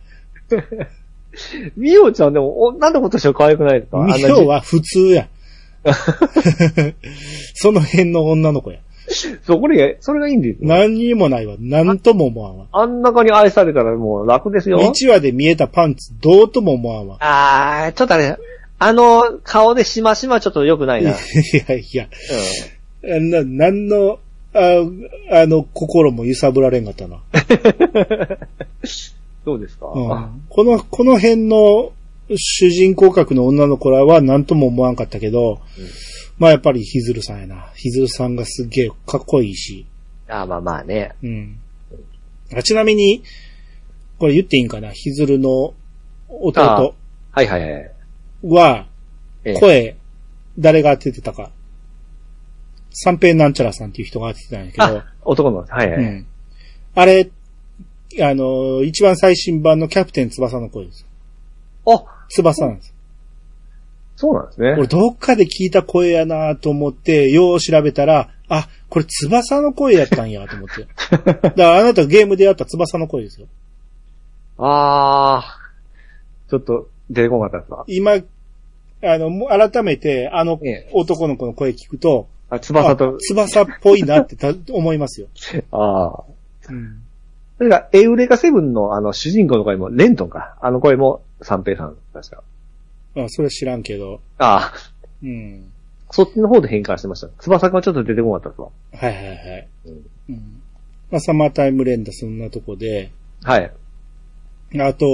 C: みおちゃんでも、おなんでことしては可愛くないですか
B: ミ
C: あんな
B: オは普通 や。その辺の女の子や。
C: じそう、これ、それがいいんですよ。
B: 何にもないわ。何とも思わんわ。
C: あん中に愛されたらもう楽ですよ。
B: 1話で見えたパンツ、どうとも思わんわ。
C: あー、ちょっとあれ、あの、顔でしましまちょっと良くない
B: い
C: な。う
B: や
C: ん。
B: いや、あんな、何の、ああの、心も揺さぶられんかったな。うんこの、この辺の主人公格の女の子らは何とも思わんかったけど、まあやっぱりヒズルさんやな。ヒズルさんがすげえかっこいいし。
C: あまあまあね。
B: うん。あちなみに、これ言っていいんかなヒズルの弟
C: はいはいはい。
B: は、
C: ええ
B: 声、誰が当ててたか。三平なんちゃらさんっていう人が当ててたんやけど
C: あ、、男の、はいは
B: う
C: い。
B: ん。あれ、あの、一番最新版のキャプテン翼の声です。
C: あ、
B: 翼なんです。
C: そうなんですね。
B: 俺どっかで聞いた声やなと思って、よう調べたら、あ、これ翼の声やったんやと思って。だからあなたゲームでやった翼の声ですよ。
C: あー、ちょっと出てこなかったですわ
B: 今、あの、もう改めて、あの
C: ええ
B: 男の子の声聞くと、
C: あ、翼
B: あ
C: と、
B: 翼っぽいなってた思いますよ。
C: あー。それが、エウレカセブンのあの主人公の声も、レントンか。あの声も、三平さん、確か。
B: あそれ知らんけど。
C: ああ、
B: うん。
C: そっちの方で変換してました。翼がちょっと出てこなかったですわ。
B: はいはいはい。うんまあ、サマータイム連打そんなとこで、
C: はい。
B: あと、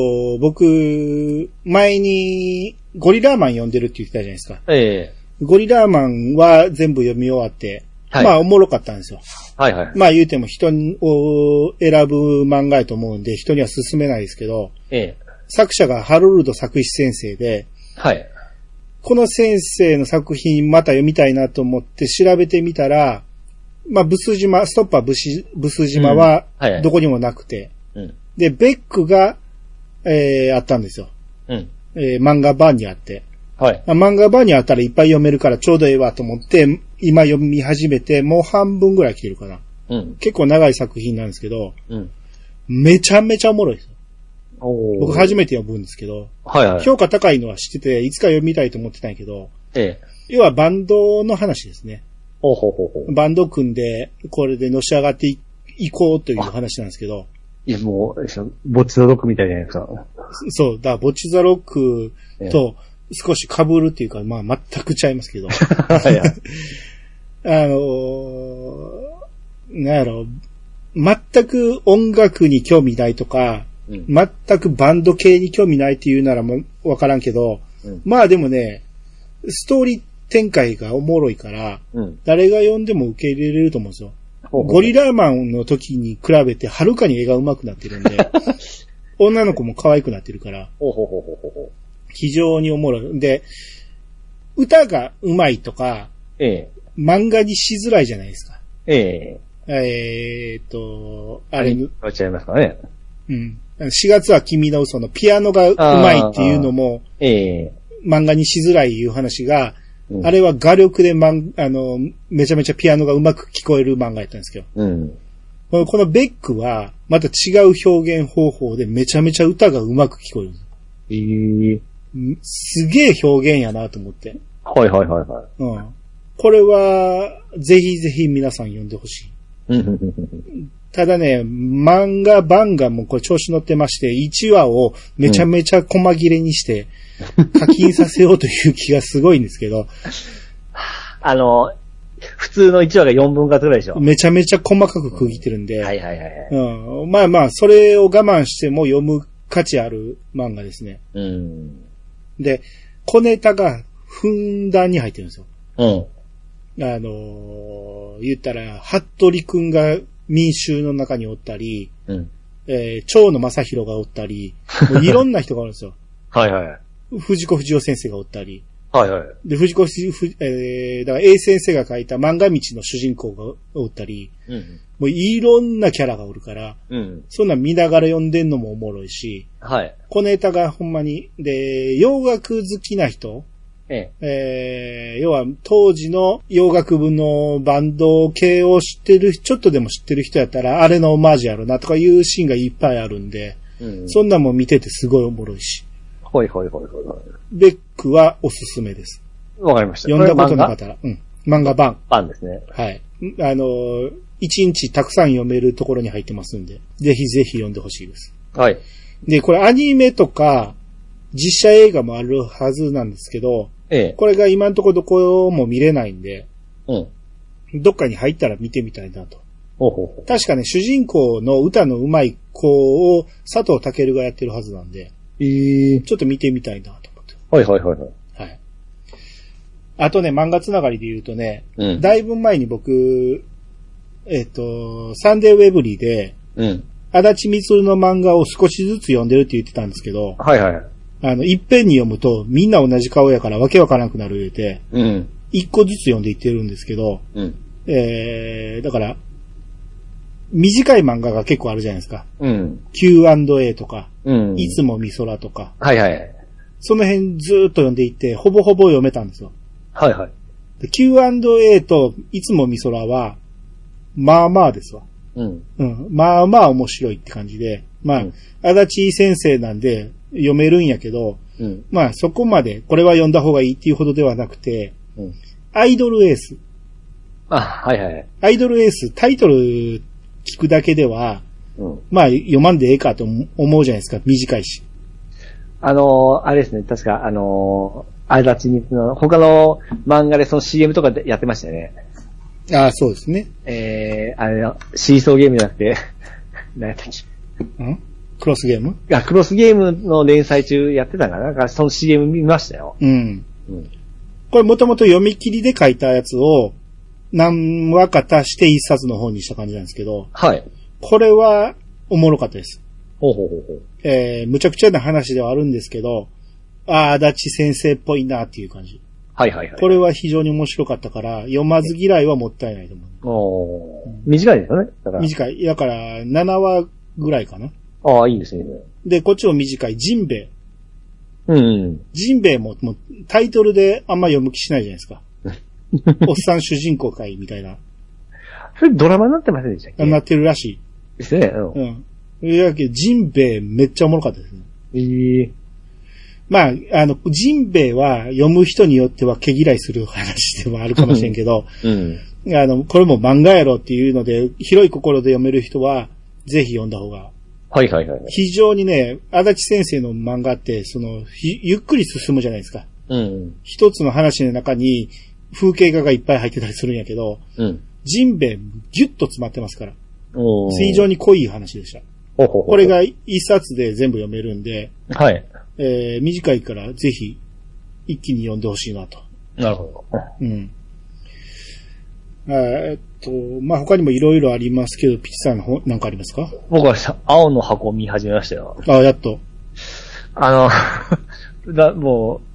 B: 僕、前に、ゴリラーマン読んでるって言ってたじゃないですか。
C: ええ
B: ゴリラーマンは全部読み終わって、
C: はい
B: まあおもろかったんですよ。
C: はいはい。
B: まあ言うても人を選ぶ漫画やと思うんで、人には勧めないですけど、
C: ええ
B: 作者がハロルド作詞先生で、
C: はい。
B: この先生の作品また読みたいなと思って調べてみたら、まあ、ブス島、ストッパーブスブス島は
C: うんはいはい
B: どこにもなくて、
C: うん。
B: で、ベックが、えー、あったんですよ。
C: うん。
B: えー、漫画版にあって。
C: はい。
B: あ漫画版にあったらいっぱい読めるからちょうどええわと思って、今読み始めて、もう半分ぐらい来てるかな。
C: うん。
B: 結構長い作品なんですけど、
C: うん。
B: めちゃめちゃおもろいですよ。
C: おー
B: 僕初めて読むんですけど、
C: はいはい。
B: 評価高いのは知ってて、いつか読みたいと思ってたんやけど、
C: ええ
B: 要はバンドの話ですね。
C: ほうほうほうほう。
B: バンド組んで、これでのし上がっていいこうという話なんですけど、
C: いや、もう、そのぼっちの毒みたいじゃないですか。
B: そう、だから、ボッチザロックと少し被るっていうか、まあ、全くちゃいますけど、あ
C: はい はい。
B: のーなんやろ、全く音楽に興味ないとか、
C: うん。
B: 全くバンド系に興味ないっていうならもうわからんけど、
C: うん
B: まあでもね、ストーリー展開がおもろいから、
C: うん。
B: 誰が読んでも受け入れれると思うんですよ。ゴリ
C: ラ。
B: ラーマンの時に比べてはるかに絵が上手くなってるんで、女の子も可愛くなってるから、
C: ほうほうほうほうほうほう。
B: 非常におもろい。で、歌が上手いとか、
C: ええ
B: 漫画にしづらいじゃないですか。
C: ええ
B: えーっと、あ
C: あ
B: れ、
C: 変わっちゃいますかね。
B: うん。4月は君の嘘のピアノが上手いっていうのも
C: ええ
B: 漫画にしづらいいう話が、
C: うん
B: あれは画力でマン、あの、めちゃめちゃピアノが上手く聞こえる漫画やったんですけど、
C: うん。
B: このこのベックは、また違う表現方法でめちゃめちゃ歌が上手く聞こえるんです
C: ええ
B: ん。すげえ表現やなと思って。
C: はいはいはいはい。
B: うん。これは、ぜひぜひ皆さん読んでほしい。
C: うんうんうんうん
B: ただね、漫画版がもうこれ調子乗ってまして、1話をめちゃめちゃ細切れにして、課金させようという気がすごいんですけど、
C: あの、普通の1話が4分割ぐらいでしょ。は
B: めちゃめちゃ細かく区切ってるんで、
C: いはいはいはい。
B: うん、まあまあ、それを我慢しても読む価値ある漫画ですね。
C: うん。
B: で、小ネタがふんだんに入ってるんですよ。
C: うん。
B: あのー言ったら、服部くんが民衆の中におったり、
C: うん。
B: えー、蝶野正宏がおったり、もういろんな人がおるんですよ。
C: はいはい。
B: 藤子不二雄先生がおったり、
C: はいはい。
B: で、藤子不二雄、ふえー、だから A 先生が書いた漫画道の主人公がおったり、
C: うん。
B: もういろんなキャラがおるから、
C: うん。
B: そんなん見ながら読んでんのもおもろいし、
C: はい。
B: 小ネタがほんまに、で、洋楽好きな人、
C: ええ。
B: えー、要は当時の洋楽部のバンド系を知ってる、ちょっとでも知ってる人やったら、あれのオマージュやろなとかいうシーンがいっぱいあるんで、
C: うん。
B: そんなんも見ててすごいおもろいし、
C: ほいほいほいほいほい。
B: ベックはおすすめです。
C: わかりました。
B: 読んだことなかっ
C: こ
B: たら、うん。漫画版。
C: れ漫画版ですね。
B: はい。んあのー、一日たくさん読めるところに入ってますんで、ぜひぜひ読んでほしいです。
C: はい。
B: で、これアニメとか、実写映画もあるはずなんですけど、
C: ええ。
B: これが今んとこどこも見れないんで、
C: うん。
B: どっかに入ったら見てみたいなと
C: ほうほうほう。
B: 確かね、主人公の歌の上手い子を佐藤健がやってるはずなんで、
C: ええ
B: ちょっと見てみたいなと思って。
C: はいはいはいはい。
B: はい。あとね、漫画つながりで言うとね、
C: うん。
B: だいぶ前に僕、えっ、と、サンデーウェブリーで、
C: うん。
B: 足立みつの漫画を少しずつ読んでるって言ってたんですけど、
C: はいはいはい。
B: あの、いっぺんに読むと、みんな同じ顔やからわけわからなくなる言うて、
C: うん。
B: 一個ずつ読んでいってるんですけど、
C: うん。
B: えー、だから、短い漫画が結構あるじゃないですか。
C: うん。
B: Q&A とか、
C: うん。
B: いつもみそらとか、
C: はいはいはい。
B: その辺ずーっと読んでいって、ほぼほぼ読めたんですよ。
C: はいはい。
B: で Q&A といつもみそらは、まあまあですわ。
C: うん。
B: うん。まあまあ面白いって感じで。まあ、
C: うん
B: 足立先生なんで読めるんやけど、
C: うん。
B: まあそこまでこれは読んだ方がいいっていうほどではなくて、
C: うん。
B: アイドルエース。
C: あ、はいはいはい。
B: アイドルエース、タイトル聞くだけでは、
C: うん。
B: まあ読まんでええかと思思うじゃないですか。短いし。
C: あのー、あれですね、確か、あのー、あれだちに、の他の漫画でその CM とかでやってましたよね。
B: ああ、そうですね。
C: えー、あれの、シーソーゲームじゃなくて、 何やったっけ。
B: うんクロスゲーム
C: あ、クロスゲームの連載中やってたかななんかその CM 見ましたよ。
B: うん。
C: うん。
B: これもともと読み切りで書いたやつを何話か足して一冊の方にした感じなんですけど、
C: はい。
B: これはおもろかったです。
C: ほうほうほうほう。
B: えー、むちゃくちゃな話ではあるんですけど、ああ、足立先生っぽいなっていう感じ。
C: はいはいはい。
B: これは非常に面白かったから、読まず嫌いはもったいないと思う。
C: おー短いですよね。だから。
B: 短い。だから、7話ぐらいかな。
C: ああ、いいですね。
B: で、こっちも短い。ジンベイ。
C: うんうん。
B: ジンベイも、もう、タイトルであんま読む気しないじゃないです か。おっさん主人公会みたいな、
C: それドラマになってませんでしたっけ
B: なってるらし
C: ですね。う。
B: い。うんん。いやけど、ジンベイめっちゃおもろかったですね。
C: ええ
B: まあ、あの、ジンベイは読む人によっては毛嫌いする話でもあるかもしれんけど、
C: うん。
B: あの、これも漫画やろっていうので、広い心で読める人は、ぜひ読んだ方が。
C: はいはいはい。
B: 非常にね、足立先生の漫画って、その、ひゆっくり進むじゃないですか。
C: うん。
B: 一つの話の中に、風景画がいっぱい入ってたりするんやけど、
C: うん。
B: ジンベイギュッと詰まってますから。
C: おー
B: 非常に濃い話でした。
C: ほうほうほう
B: これ。が一冊で全部読めるんで、
C: はい。
B: えー、短いからぜひ、一気に読んでほしいなと。
C: なるほど。
B: うん。えーっと、まあ、他にもいろいろありますけど、ピチさんの方、なんかありますか
C: 僕はさ青の箱を見始めましたよ。
B: あやっと。
C: あの、 だもう、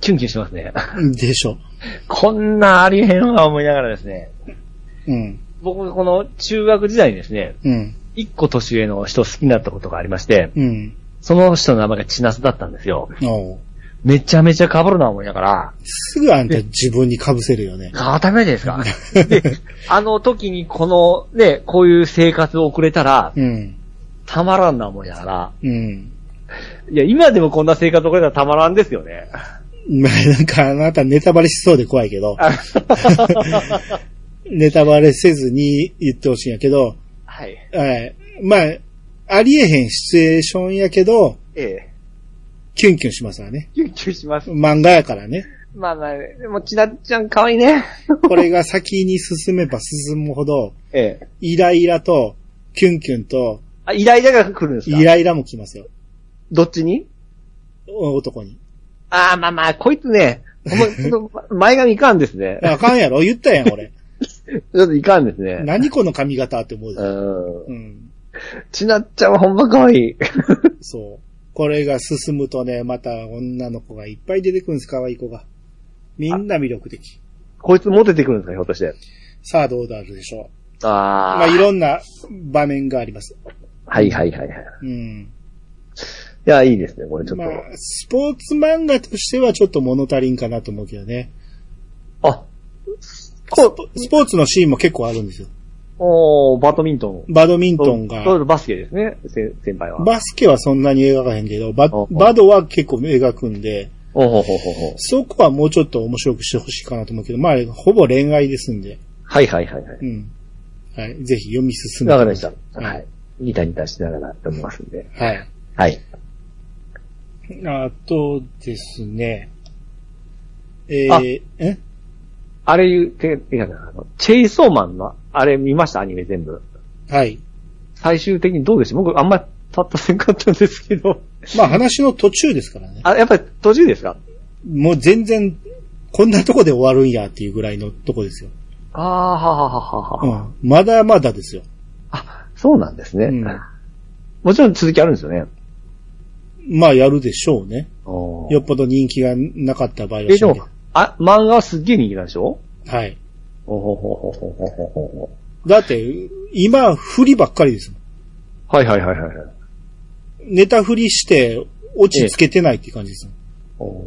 C: キュンキュンしますね。
B: でしょ。
C: こんなありえんわ思いながらですね。
B: うん。
C: 僕、この中学時代にですね、
B: うん。
C: 一個年上の人好きになったことがありまして、
B: うん。
C: その人の名前が千夏だったんですよ。
B: おう
C: めちゃめちゃ被るな思いながら、
B: すぐあんた自分に被せるよね。
C: 固めですかで、あの時にこの、ね、こういう生活を送れたら、
B: うん。
C: たまらんな思いながら、
B: うん。
C: いや、今でもこんな生活を送れたらたまらんですよ ね。
B: まあ、なんかあなたネタバレしそうで怖いけ ど、ネタバレせずに言ってほしいんやけど、
C: はい。
B: はい。まあ、ありえへんシチュエーションやけど、
C: ええ。
B: キュンキュンしますわね。
C: キュンキュンします。
B: 漫画やからね。
C: まあまあ、でも、ちなっちゃん可愛いね。
B: これが先に進めば進むほど、
C: ええ。
B: イライラと、キュンキュンと、
C: あ、イライラが来るんですか
B: イライラも来ますよ。
C: どっちに
B: お男に。
C: ああ、まあまあ、こいつね、ほんまちょっと前髪いかんですね。
B: あかんやろ言ったやん、俺。
C: ちょっといかんですね。
B: 何この髪型って思うでし
C: う
B: ょ。
C: ん。
B: うん。
C: ちなっちゃんはほんま可愛い。
B: そう。これが進むとね、また女の子がいっぱい出てくるんです、可愛い子が。みんな魅力的。
C: こいつモテてくるんですか、ひょっとして。
B: さあ、どうなるでしょう。
C: ああ。
B: まあ、いろんな場面があります。
C: はいはいはいはい。
B: うん。
C: いや、いいですね、これちょっ
B: ま
C: と。
B: あ、スポーツ漫画としてはちょっと物足りんかなと思うけどね。
C: あ、
B: スポスポーツのシーンも結構あるんですよ。
C: おー、バドミントン。
B: バドミントンが。
C: そうそうバスケですね、せ先輩は。
B: バスケはそんなに描かへんけど、バ
C: おう
B: バドは結構描くんで、
C: おほほほほ。
B: そこはもうちょっと面白くしてほしいかなと思うけど、まあ、ほぼ恋愛ですんで、
C: はいはいはいはい。
B: うん。はい。ぜひ読み進め
C: わ
B: て
C: かり
B: く
C: ま
B: だ
C: し
B: さ
C: た
B: い。。
C: はい。ニタニタしながらと思いますんで。
B: はい。
C: はい。
B: あとですね、え
C: あ
B: ー、え
C: あれ言う、て、てかなあの、チェイソーマンの、あれ見ましたアニメ全部。
B: はい。
C: 最終的にどうでした僕あんまたったせんかったんですけど。
B: まあ話の途中ですからね。
C: あ、やっぱり途中ですか
B: もう全然、こんなとこで終わるんやっていうぐらいのとこですよ。
C: ああ、ははははは。
B: うん。まだまだですよ。
C: あ、そうなんですね。
B: うん
C: もちろん続きあるんですよね。
B: まあやるでしょうね。
C: おー
B: よっぽど人気がなかった場合は
C: え、
B: し
C: で
B: ない
C: も
B: けど、
C: あ、漫画はすっげえ人気なんでしょ
B: はい。
C: おほほほほほほほほ。
B: だって、今、振りばっかりですもん。
C: はいはいはいはいはい。
B: ネタ振りして、落ちつけてないっていう感じですもん。
C: おーい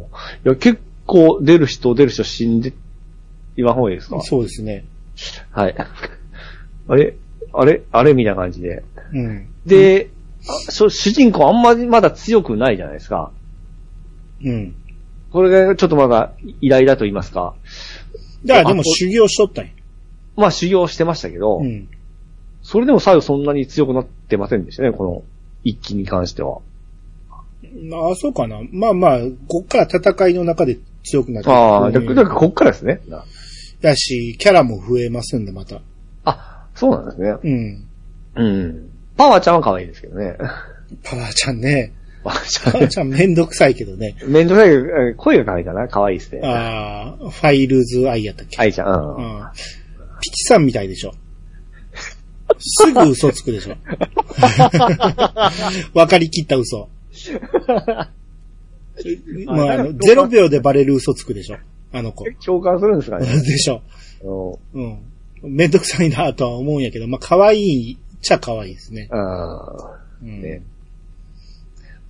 C: や、結構出る人出る人死んで、今方がいいですか
B: そうですね。
C: はい。あれあれあれみたいな感じで。
B: うん。
C: で、あそう主人公あんまりまだ強くないじゃないですか。
B: うん。
C: これがちょっとまだイライラと言いますか。
B: だからでも
C: あこ
B: 修行しとったんや。
C: まあ修行してましたけど、
B: うん。
C: それでも最後そんなに強くなってませんでしたね、この一気に関しては。
B: ああ、そうかな。まあまあ、こっから戦いの中で強くなって
C: ああ、だだから
B: だ
C: こっからですね。
B: だし、キャラも増えますんで、また。
C: あ、そうなんですね。
B: うん。
C: うん。パワーちゃんは可愛いですけどね。
B: パワーちゃんね。
C: パワーちゃ
B: パワーちゃんめんどくさいけど ね。
C: ん。めんどくさいけど、え声が可愛いかな可愛いですね。
B: ああ、ファイルズアイやったっけ、
C: 愛ちゃん。うん
B: うん。ピチさんみたいでしょ。すぐ嘘つくでし ょ。 わかりきった 嘘。まあ、あの、0秒でバレる嘘つくでしょ。あの子。
C: 共感するんですかね。
B: でしょ。
C: うん
B: うん。めんどくさいなとは思うんやけど、まあ、可愛いっちゃ可愛いですね。
C: あ
B: うん
C: ーね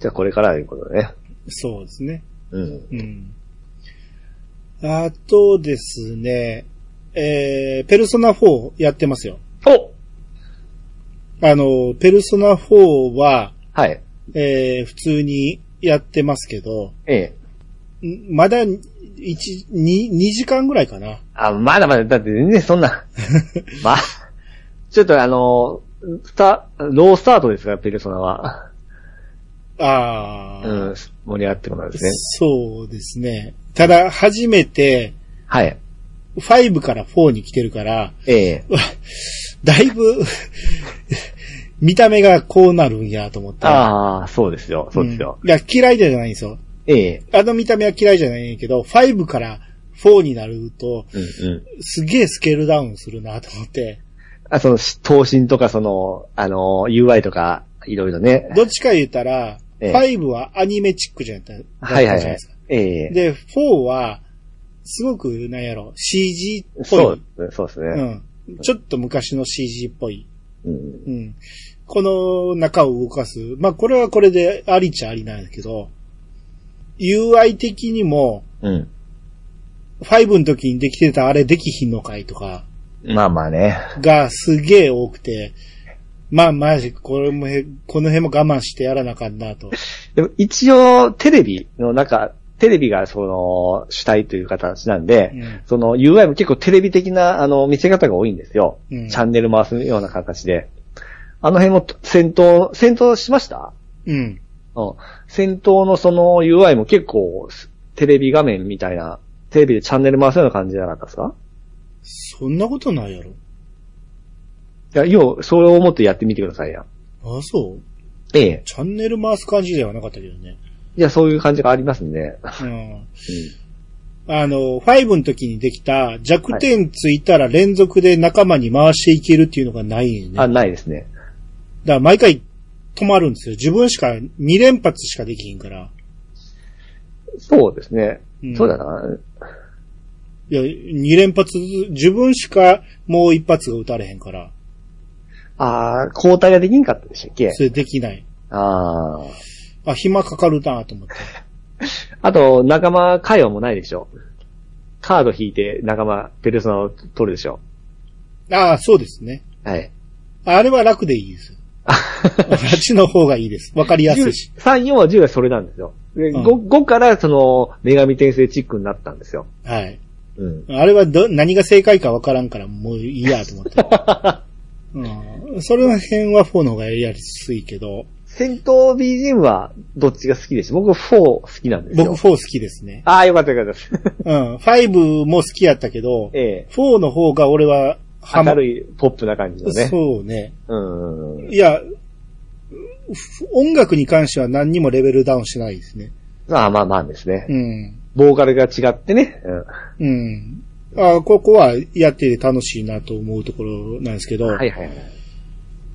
C: じゃあこれからということでね。
B: そうですね。
C: うん。
B: うん。あとですね、えー、ペルソナ4やってますよ。
C: お
B: あの、ペルソナ4は、
C: はい。
B: えー、普通にやってますけど、
C: ええ。
B: んまだ、1、2、2時間ぐらいかな。
C: あ、まだまだ、だって全然そん な。まあ、ちょっとあの、スタ、ロースタートですから、ペルソナは。
B: あー、
C: うん、盛り上がってもらうんですね。
B: そうですね。ただ、初めて、
C: はい。
B: 5から4に来てるから、
C: ええ。
B: だいぶ、見た目がこうなるんやと思った。
C: ああ、そうですよ、そうですよ。
B: うんいや、嫌いじゃないんですよ。
C: ええ。
B: あの見た目は嫌いじゃないんやけど、5から4になると、
C: うんうん。
B: すげえスケールダウンするなと思って、
C: あ、その、闘神とか、その、あの、UI とか、いろいろね。
B: どっちか言ったら、
C: ええ
B: 5はアニメチックじゃないですか。
C: はいはい
B: じゃない
C: はい
B: ですか。
C: ええ。
B: で、4は、すごく、なんやろ、CG っぽい。
C: そう、そうです
B: う
C: ね。
B: ん。ちょっと昔の CG っぽい。
C: うん。
B: うん。この中を動かす。まあ、これはこれでありっちゃありなんやけど、UI 的にも、
C: うん。
B: 5の時にできてたあれできひんのかいとか、
C: まあまあね。
B: がすげえ多くて、まあマジ、これもへ、この辺も我慢してやらなあかんなと。
C: でも一応、テレビの中、テレビがその主体という形なんで、
B: うん
C: その UI も結構テレビ的なあの見せ方が多いんですよ。
B: うん
C: チャンネル回すような形で。あの辺も戦闘、戦闘しました
B: うん。
C: うん。戦闘のその UI も結構テレビ画面みたいな、テレビでチャンネル回すような感じじゃなかったですか
B: そんなことないやろ。
C: いや、要、それを思ってやってみてくださいや。
B: あ、そう
C: ええ。
B: チャンネル回す感じではなかったけどね。
C: いや、そういう感じがありますんで。
B: うん。あの、5の時にできた弱点ついたら連続で仲間に回していけるっていうのがないんよね。
C: あ、
B: だか
C: ないですね。
B: ら毎回止まるんですよ。自分しか2連発しかできひんから。
C: そうですね。
B: うん
C: そうだな。
B: いや、2連発ずつ、自分しかもう1発が撃たれへんから。
C: ああ、交代ができんかったでしたっけ
B: それできない。
C: ああ。
B: あ、暇かかるなと思って。
C: あと、仲間会話もないでしょ。カード引いて仲間、ペルソナを取るでしょ。
B: ああ、そうですね。
C: はい。
B: あれは楽でいい です。あっちの方がいいです。わかりやすいし。
C: 10 3、4は10はそれなんですよ。で
B: うん
C: 5, 5からその、女神転生チックになったんですよ。
B: はい。
C: うん。
B: あれはど、何が正解かわからんから、もういいやと思って。うん、それの辺は4の方がやりやすいけど、
C: 戦闘 BGM はどっちが好きでしょ僕4好きなんですよ。
B: 僕4好きですね。
C: ああ、よかったよかったです。
B: うん。5も好きやったけど、
C: ええ。
B: 4の方が俺はハマ
C: 明るいポップな感じのね。
B: そうね。
C: うんうんうん。
B: いや、ふ音楽に関しては何にもレベルダウンしないですね。
C: まあまあまあですね。
B: うん。
C: ボーカルが違ってね。うん
B: うん。あここはやってて楽しいなと思うところなんですけど、
C: はいはいはい。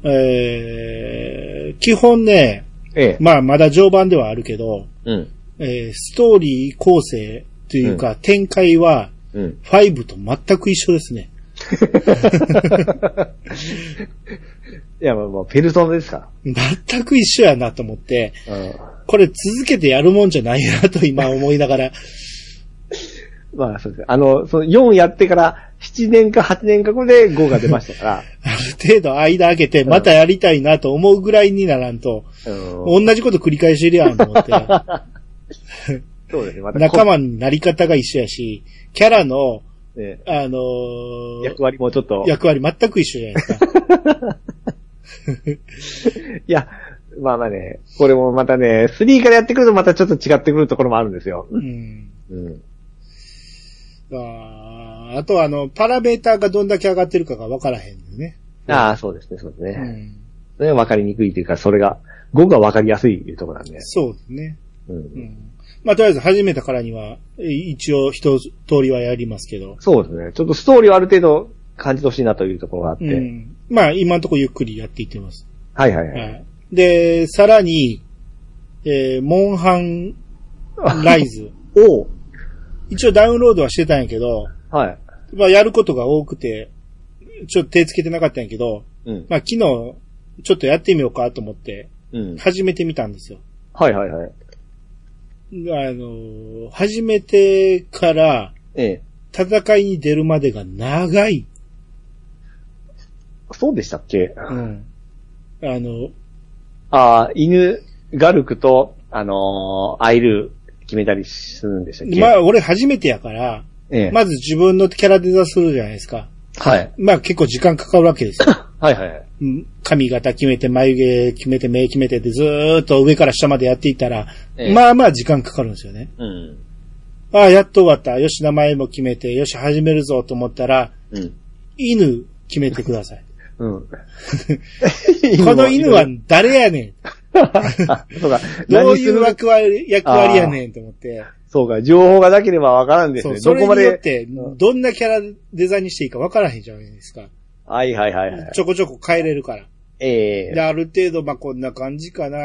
B: えー、基本ね、
C: ええ。
B: まあまだ序盤ではあるけど、
C: うん。
B: えーストーリー構成というか、展開は
C: うん。
B: 5と全く一緒ですね。
C: いや、まあまあ、ペルソナですか
B: 全く一緒やなと思って、
C: ら。うん。
B: これ続けてやるもんじゃないなと今思いながら、
C: まあそうです。あの、その4やってから7年か8年か後で5が出ました か
B: ある程度間開けて、またやりたいなと思うぐらいにならんと、
C: ら。うん。
B: 同じこと繰り返してるやんと 思って、
C: そうですね。また
B: 仲間になり方が一緒やし、キャラの、
C: ね
B: あのー
C: 役割もちょっと。
B: 役割全く一緒じゃないです か。
C: いや、まあまあね、これもまたね、3からやってくるとまたちょっと違ってくるところもあるんですよ。
B: うん
C: うん。
B: あーあとあの、パラメーターがどんだけ上がってるかが分からへんのね。
C: ああ、そうですね、そうです
B: う
C: ね。
B: ん、
C: それは分かりにくいというか、それが、5が分かりやすいというところなんで。
B: そうですね。
C: う。
B: うんん、まあ、とりあえず始めたからには、え一応一通りはやりますけど。
C: そうですね。ちょっとストーリーをある程度感じてほしいなというところがあって。
B: うん、まあ、今のところゆっくりやっていってます。
C: はいはいは。
B: はいい、で、さらに、えーモンハン ライズ。
C: おう
B: 一応ダウンロードはしてたんやけど、
C: はい。
B: まあ、やることが多くて、ちょっと手つけてなかったんやけど、
C: うん。
B: まあ、昨日、ちょっとやってみようかと思って、
C: うん。
B: 始めてみたんですよ。
C: はいはいはい。
B: あのー、始めてから、
C: ええ。
B: 戦いに出るまでが長い。
C: そうでしたっけ
B: うん。あの、
C: ああ、犬、ガルクと、あのーアイルー決めたりするんでしたっけ
B: まあ、俺初めてやから、
C: ええ。
B: まず自分のキャラデザするじゃないですか。
C: はい。
B: まあ結構時間かかるわけですよ。
C: はいはいはい。
B: うん髪型決めて、眉毛決めて、目決めてでずーっと上から下までやっていったら、
C: ええ
B: まあまあ時間かかるんですよね。
C: うん。
B: ああ、やっと終わった。よし、名前も決めて、よし、始めるぞと思ったら、
C: うん。
B: 犬決めてくだ さい。
C: うん。 こ
B: この犬は誰やねん。
C: あ そうか。
B: どう
C: 何
B: い
C: す
B: う
C: る
B: 役割役割やねんと思って。
C: そうか、情報がなければわからんです
B: そう、
C: ね。
B: そ
C: ど
B: れ
C: こ
B: に
C: ま
B: よっ
C: で。
B: て、どんなキャラデザインにしていいか分からへんじゃないですか。
C: はいはいはいはい
B: ち。ょこちょこ変えれるから。
C: え
B: で、
C: え。
B: ある程度、まあ、こんな感じかな。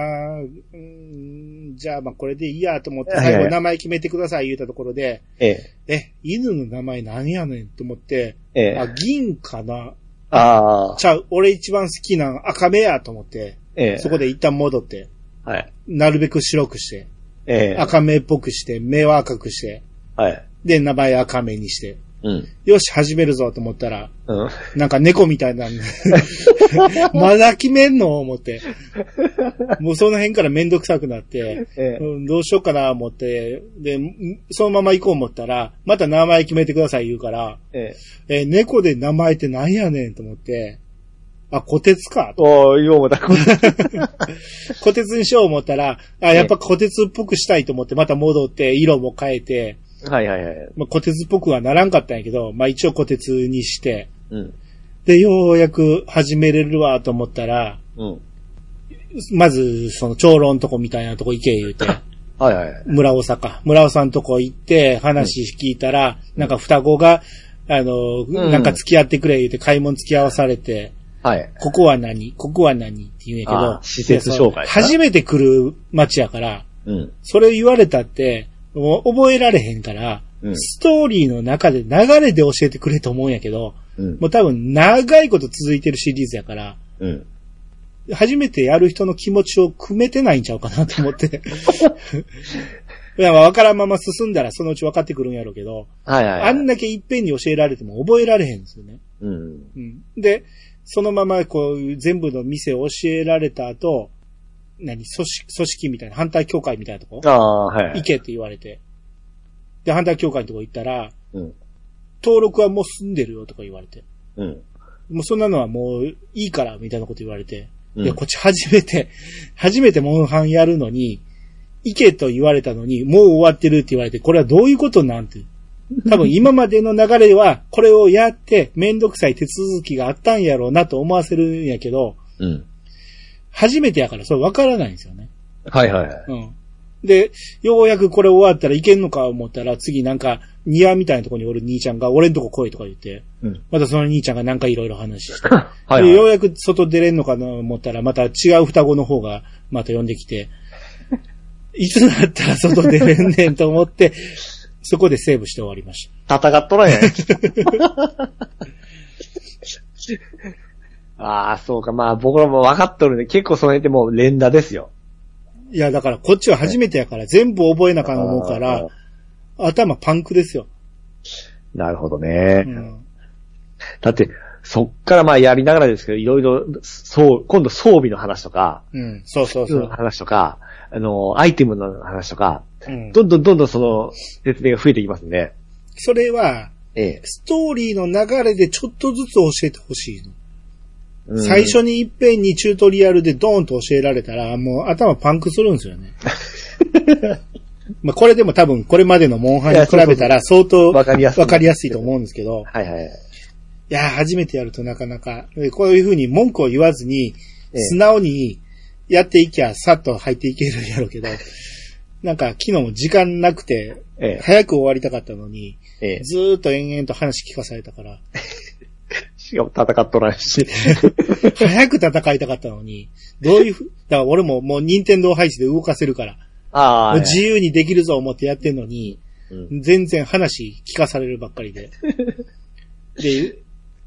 B: うーんじゃあ、まあ、これでいいやと思って、
C: はいはい
B: 最後名前決めてください言うたところで、
C: ええ。
B: え、犬の名前何やねんと思って、
C: え
B: あ、
C: え。
B: 銀かな
C: ああ。
B: ちゃう、俺一番好きな赤目やと思って、
C: ええ。
B: そこで一旦戻って、
C: はい。
B: なるべく白くして、
C: ええ。
B: 赤目っぽくして、目は赤くして、
C: はい。
B: で、名前赤目にして、
C: うん。
B: よし、始めるぞと思ったら、
C: うん。
B: なんか猫みたいな。 まだ決めんの思って。もうその辺からめんどくさくなって、
C: ええ。
B: うんどうしようかな思って、で、んそのまま行こう思ったら、また名前決めてください言うから、
C: ええ。
B: えー猫で名前ってなんやねんと思って、あ、小鉄かと。
C: おー、ようもたこ。
B: 小鉄にしよう思ったら、あ、やっぱ小鉄っぽくしたいと思って、また戻って、色も変えて、
C: はいはいはい。
B: まあ、小鉄っぽくはならんかったんやけど、まあ一応小鉄にして、
C: うん。
B: で、ようやく始めれるわと思ったら、
C: うん。
B: まず、その、長老のとこみたいなとこ行け言うて、
C: はいはいはい。
B: 村尾さか。村尾さんとこ行って、話聞いたら、なんか双子が、あの、
C: ん
B: なんか付き合ってくれ言うて、買い物付き合わされて、
C: はい。
B: ここは何ここは何って言うんやけど
C: あ、施設紹介
B: でその初めて来る街やから、
C: うん。
B: それ言われたって、もう覚えられへんから、
C: うん
B: ストーリーの中で流れで教えてくれと思うんやけど、
C: うん。
B: もう多分長いこと続いてるシリーズやから、
C: うん。
B: 初めてやる人の気持ちを組めてないんちゃうかなと思 って。いや、まあわからんまま進んだらそのうち分かってくるんやろうけど、
C: はいはいはい。
B: あんだけいっぺんに教えられても覚えられへんですよね。
C: うん。
B: うん、で、そのままこう、全部の店を教えられた後、何、組織、組織みたいな、反対協会みたいなとこ
C: ああ、はいはい。
B: 行けって言われて。で、反対協会のとこ行ったら、
C: うん。
B: 登録はもう済んでるよとか言われて。
C: うん。
B: もうそんなのはもういいから、みたいなこと言われて。いや、こっち初めて、初めてモンハンやるのに、行けと言われたのに、もう終わってるって言われて、これはどういうことなんて。多分今までの流れは、これをやって、めんどくさい手続きがあったんやろうなと思わせるんやけど、
C: うん。
B: 初めてやからそれわからないんですよね。
C: はいはいはい。
B: うん。で、ようやくこれ終わったらいけんのか思ったら、次なんか、ニアみたいなとこにおる兄ちゃんが、俺んとこ来いとか言って、
C: うん。
B: またその兄ちゃんがなんかいろいろ話して、
C: はい
B: で、よ
C: は
B: う
C: い。
B: やく外出れんのかな思ったら、また違う双子の方が、また呼んできて、 いつになったら外出れんねんと思って、 そこでセーブして終わりました。
C: 戦っと らへん。ああ、そうか。まあ僕らも分かっとるんで、結構その辺ってもう連打ですよ。
B: いや、だからこっちは初めてやから、全部覚えなあかん思うから
C: あー、
B: 頭パンクですよ。
C: なるほどね。
B: うん。
C: だって、そっからまあやりながらですけど、いろいろ、そう、今度装備の話とか、
B: うん。そうそうそ
C: の
B: う。
C: 話とか、あの、アイテムの話とか、
B: うん、
C: どんどんどんどんその説明が増えていきますね。
B: それは、
C: ええ。
B: ストーリーの流れでちょっとずつ教えてほしいの。
C: うん
B: 最初にいっぺんにチュートリアルでドーンと教えられたら、もう頭パンクするんですよね。 まあこれでも多分これまでのモンハンに比べたら相当
C: わかりやすい
B: わかりやすいと思うんですけど、
C: はいはい。
B: いやー初めてやるとなかなか、えこういうふうに文句を言わずに、
C: ええ
B: 素直にやっていきゃさっと入っていけるやろうけど、なんか昨日も時間なくて、
C: ええ。
B: 早く終わりたかったのに、
C: ええ。
B: ずーっと延々と話聞かされたから、
C: しかも戦っとら んし。
B: 早く戦いたかったのに、どういうふ、だから俺ももう任天堂配置で動かせるから、
C: あ
B: も
C: あ
B: う。自由にできるぞ思ってやってんのに、
C: うん
B: 全然話聞かされるばっかりで。で、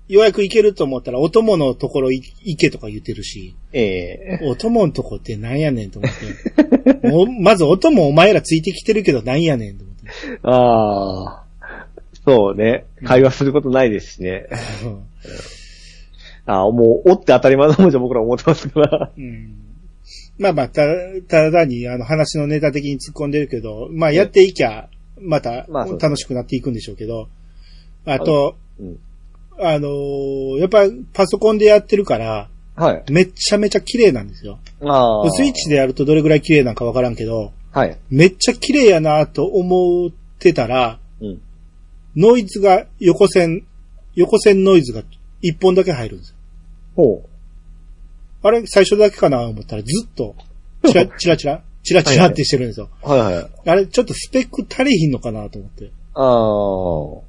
B: ようやく行けると思ったら、お供のところい行けとか言ってるし、
C: ええ。
B: お供のとこってなんやねんと思って。もうまずお供お前らついてきてるけどなんやねんと思って。
C: ああ。そうね。会話することないですしね。ああ、もう、おって当たり前のもんじゃ僕ら思ってますから。
B: うんまあまあ、た、ただに、あの、話のネタ的に突っ込んでるけど、まあ、やっていきゃ、また、
C: まあそうです
B: 楽しくなっていくんでしょうけど、あと、
C: うん。
B: あのーやっぱ、パソコンでやってるから、
C: はい。
B: めっちゃめちゃ綺麗なんですよ。
C: ああ。
B: スイッチでやるとどれぐらい綺麗なんかわからんけど、
C: はい。
B: めっちゃ綺麗やなと思ってたら、
C: うん。
B: ノイズが横線、横線ノイズが一本だけ入るんですよ。
C: ほう。
B: あれ、最初だけかなと思ったら、ずっと、チ ラチラチラ、チラチラってしてるんですよ。
C: はいはい。
B: あれ、ちょっとスペック足りひんのかなと思って。
C: あ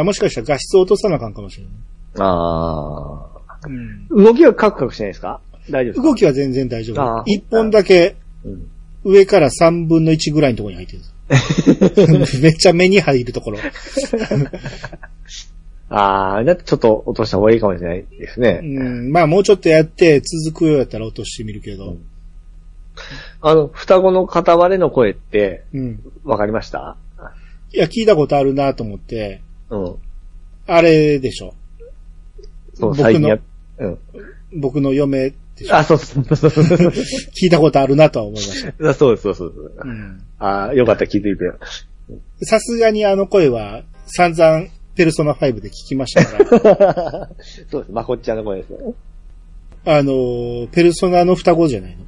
B: あもしかしたら画質を落とさなあかんかもしれない。
C: あ。ああ。動きはカクカクしないですか大丈夫ですか
B: 動きは全然大丈夫
C: あー。
B: 一本だけ
C: うん。
B: 上から三分の一ぐらいのところに入ってるん です。めっちゃ目に入るところ。
C: ああ、だってちょっと落とした方がいいかもしれないですね。
B: うん、まあもうちょっとやって続くようやったら落としてみるけど。
C: あの、双子の片割れの声って、
B: うん。
C: わかりました
B: いや、聞いたことあるなと思って、
C: うん。
B: あれでしょ。
C: そう、
B: 僕の
C: 最近や、うん。
B: 僕の嫁、
C: あ、そうそうそうそうそう。
B: 聞いたことあるなとは思いました。
C: あそうそうそうそう。
B: うん。
C: あよかった、聞いてみて。
B: さすがにあの声は散々ペルソナ5で聞きましたから。
C: そうです、まこっちゃんの声ですよ。
B: あのー、ペルソナの双子じゃないの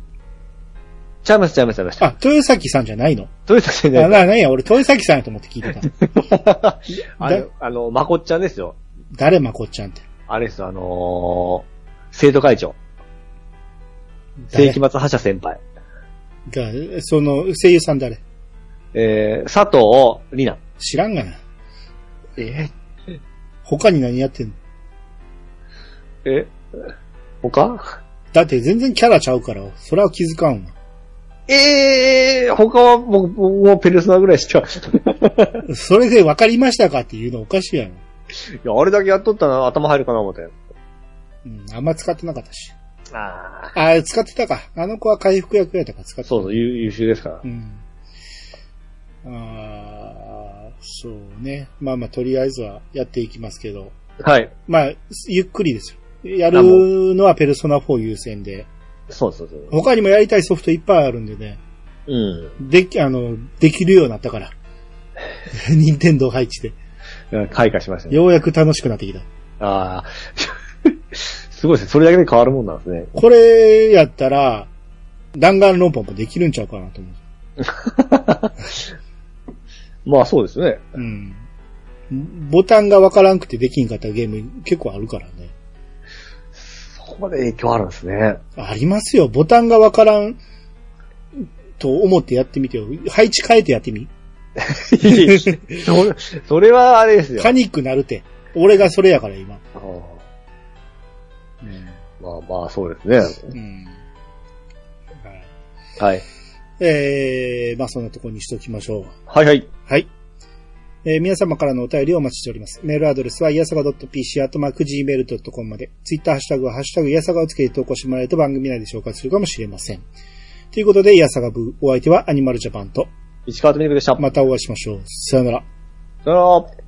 C: ちゃいます、ちゃいます、ちゃいます。
B: あ、豊崎さんじゃないの
C: どういう
B: あ、
C: 作戦
B: な、
C: で
B: なんや、俺豊崎さんやと思って聞いてた。
C: あの、あの、まこっちゃんですよ。
B: 誰まこっちゃんって。
C: あれですよ、あのー、生徒会長。
B: 誰
C: 世紀末覇者先輩。
B: が、その、声優さん誰
C: えー、佐藤里奈。
B: 知らんがな。
C: え
B: 他に何やってんの
C: え他
B: だって全然キャラちゃうから、それは気づかんわ。
C: ええー、他は僕、僕もペルソナぐらいしか。 い
B: それで分かりましたかっていうのおかしいやろ。
C: や、あれだけやっとったら頭入るかな思ったよ。
B: うん、あんま使ってなかったし。
C: あ
B: あ、使ってたか。あの子は回復役やったから使
C: あ。
B: ってた。
C: そうそう、優優秀ですから
B: う。ん。あーそうね。まあまあ、とりあえずはやっていきますけど。
C: はい。
B: まあ、ゆっくりですよ。やるのはペルソナ4優先で。
C: そうそうそう。
B: 他にもやりたいソフトいっぱいあるんでね。
C: うん。
B: でき、あの、できるようになったから。 任天堂配置で。
C: 開花しましたね。
B: ようやく楽しくなってきた。
C: ああ。 すごいですね。それだけで変わるもんなんですね。
B: これやったら、弾丸論破もできるんちゃうかなと思
C: まあそうですね。
B: う。うん。ボタンがわからんくてできんかったゲーム結構あるからね。
C: そこまで影響あるんですね。
B: ありますよ。ボタンがわからんと思ってやってみてよ。配置変えてやってみ。
C: それ それはあれですよ。
B: パニックなるて。俺がそれやから今。
C: あーまあまあそうですね。
B: うん。はい
C: はい。
B: えー、まあそんなところにしておきましょう。
C: はいはい。
B: はい。えー皆様からのお便りをお待ちしております。メールアドレスは、いやさが .pc、あとマーク gmail.com まで。ツイッターハッシュタグは、ハッシュタグ、いやさがをつけて投稿してもらえると番組内で紹介するかもしれません。ということで、いやさが部、お相手はアニマルジャパンと、
C: 石川とみにくでした。
B: またお会いしましょう。さよなら。
C: さよなら。